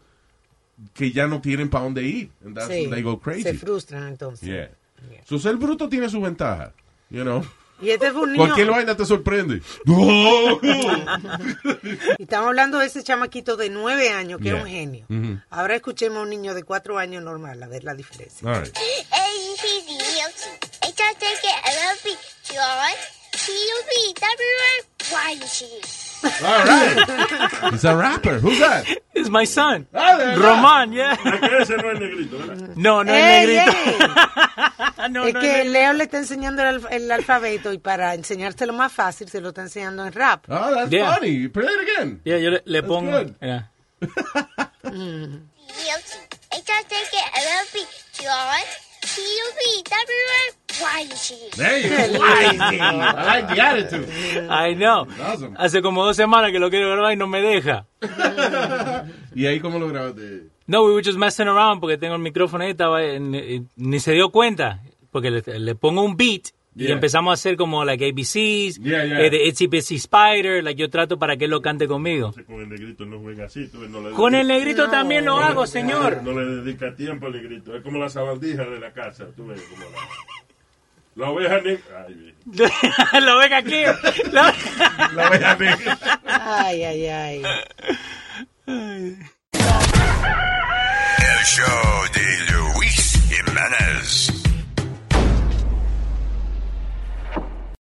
que ya no tienen para dónde ir. And that's Sí. when they go crazy. Se frustran entonces. Yeah. So, ser bruto tiene su ventaja, you know. Y este fue un niño. Cualquier vaina te sorprende. ¡No! y estamos hablando de ese chamaquito de nueve años que Yeah. es un genio. Mhm. Ahora escuchemos a un niño de cuatro años normal, a ver la diferencia. All right. All right. It's a rapper. Who's that? It's my son. verdad. Román, yeah. Ese no es negrito, ¿verdad? No, no es Ey, negrito. ey. No, es no, que no. Leo le está enseñando el, alf- el alfabeto y para enseñárselo más fácil se lo está enseñando en rap. Oh, that's Yeah. funny. Play it again. Yeah, yo le, le That's pongo. good. Mira. Mm. Ella tiene que C U V W X Y Z. There you go. I like the attitude. I know. Hace como dos semanas que lo quiero grabar y no me deja. ¿Y ahí cómo lo grabaste? No, we were just messing around porque tengo el micrófono ahí, estaba, en- en- ni se dio cuenta. Porque le, le pongo un beat y Yeah. empezamos a hacer como like ABCs, Yeah, yeah. eh, de Itsy Bitsy Spider, like yo trato para que él lo cante conmigo. Con el negrito no juega así. tú ves, no le Con dedica- el negrito también lo No le- hago, señor. No le dedica tiempo al negrito. Es como la sabandija de la casa. Tú ves, como la, la oveja negra. Ay, bien. la oveja aquí. La, oveja negra. Ay, ay, ay. El show de Luis Jiménez.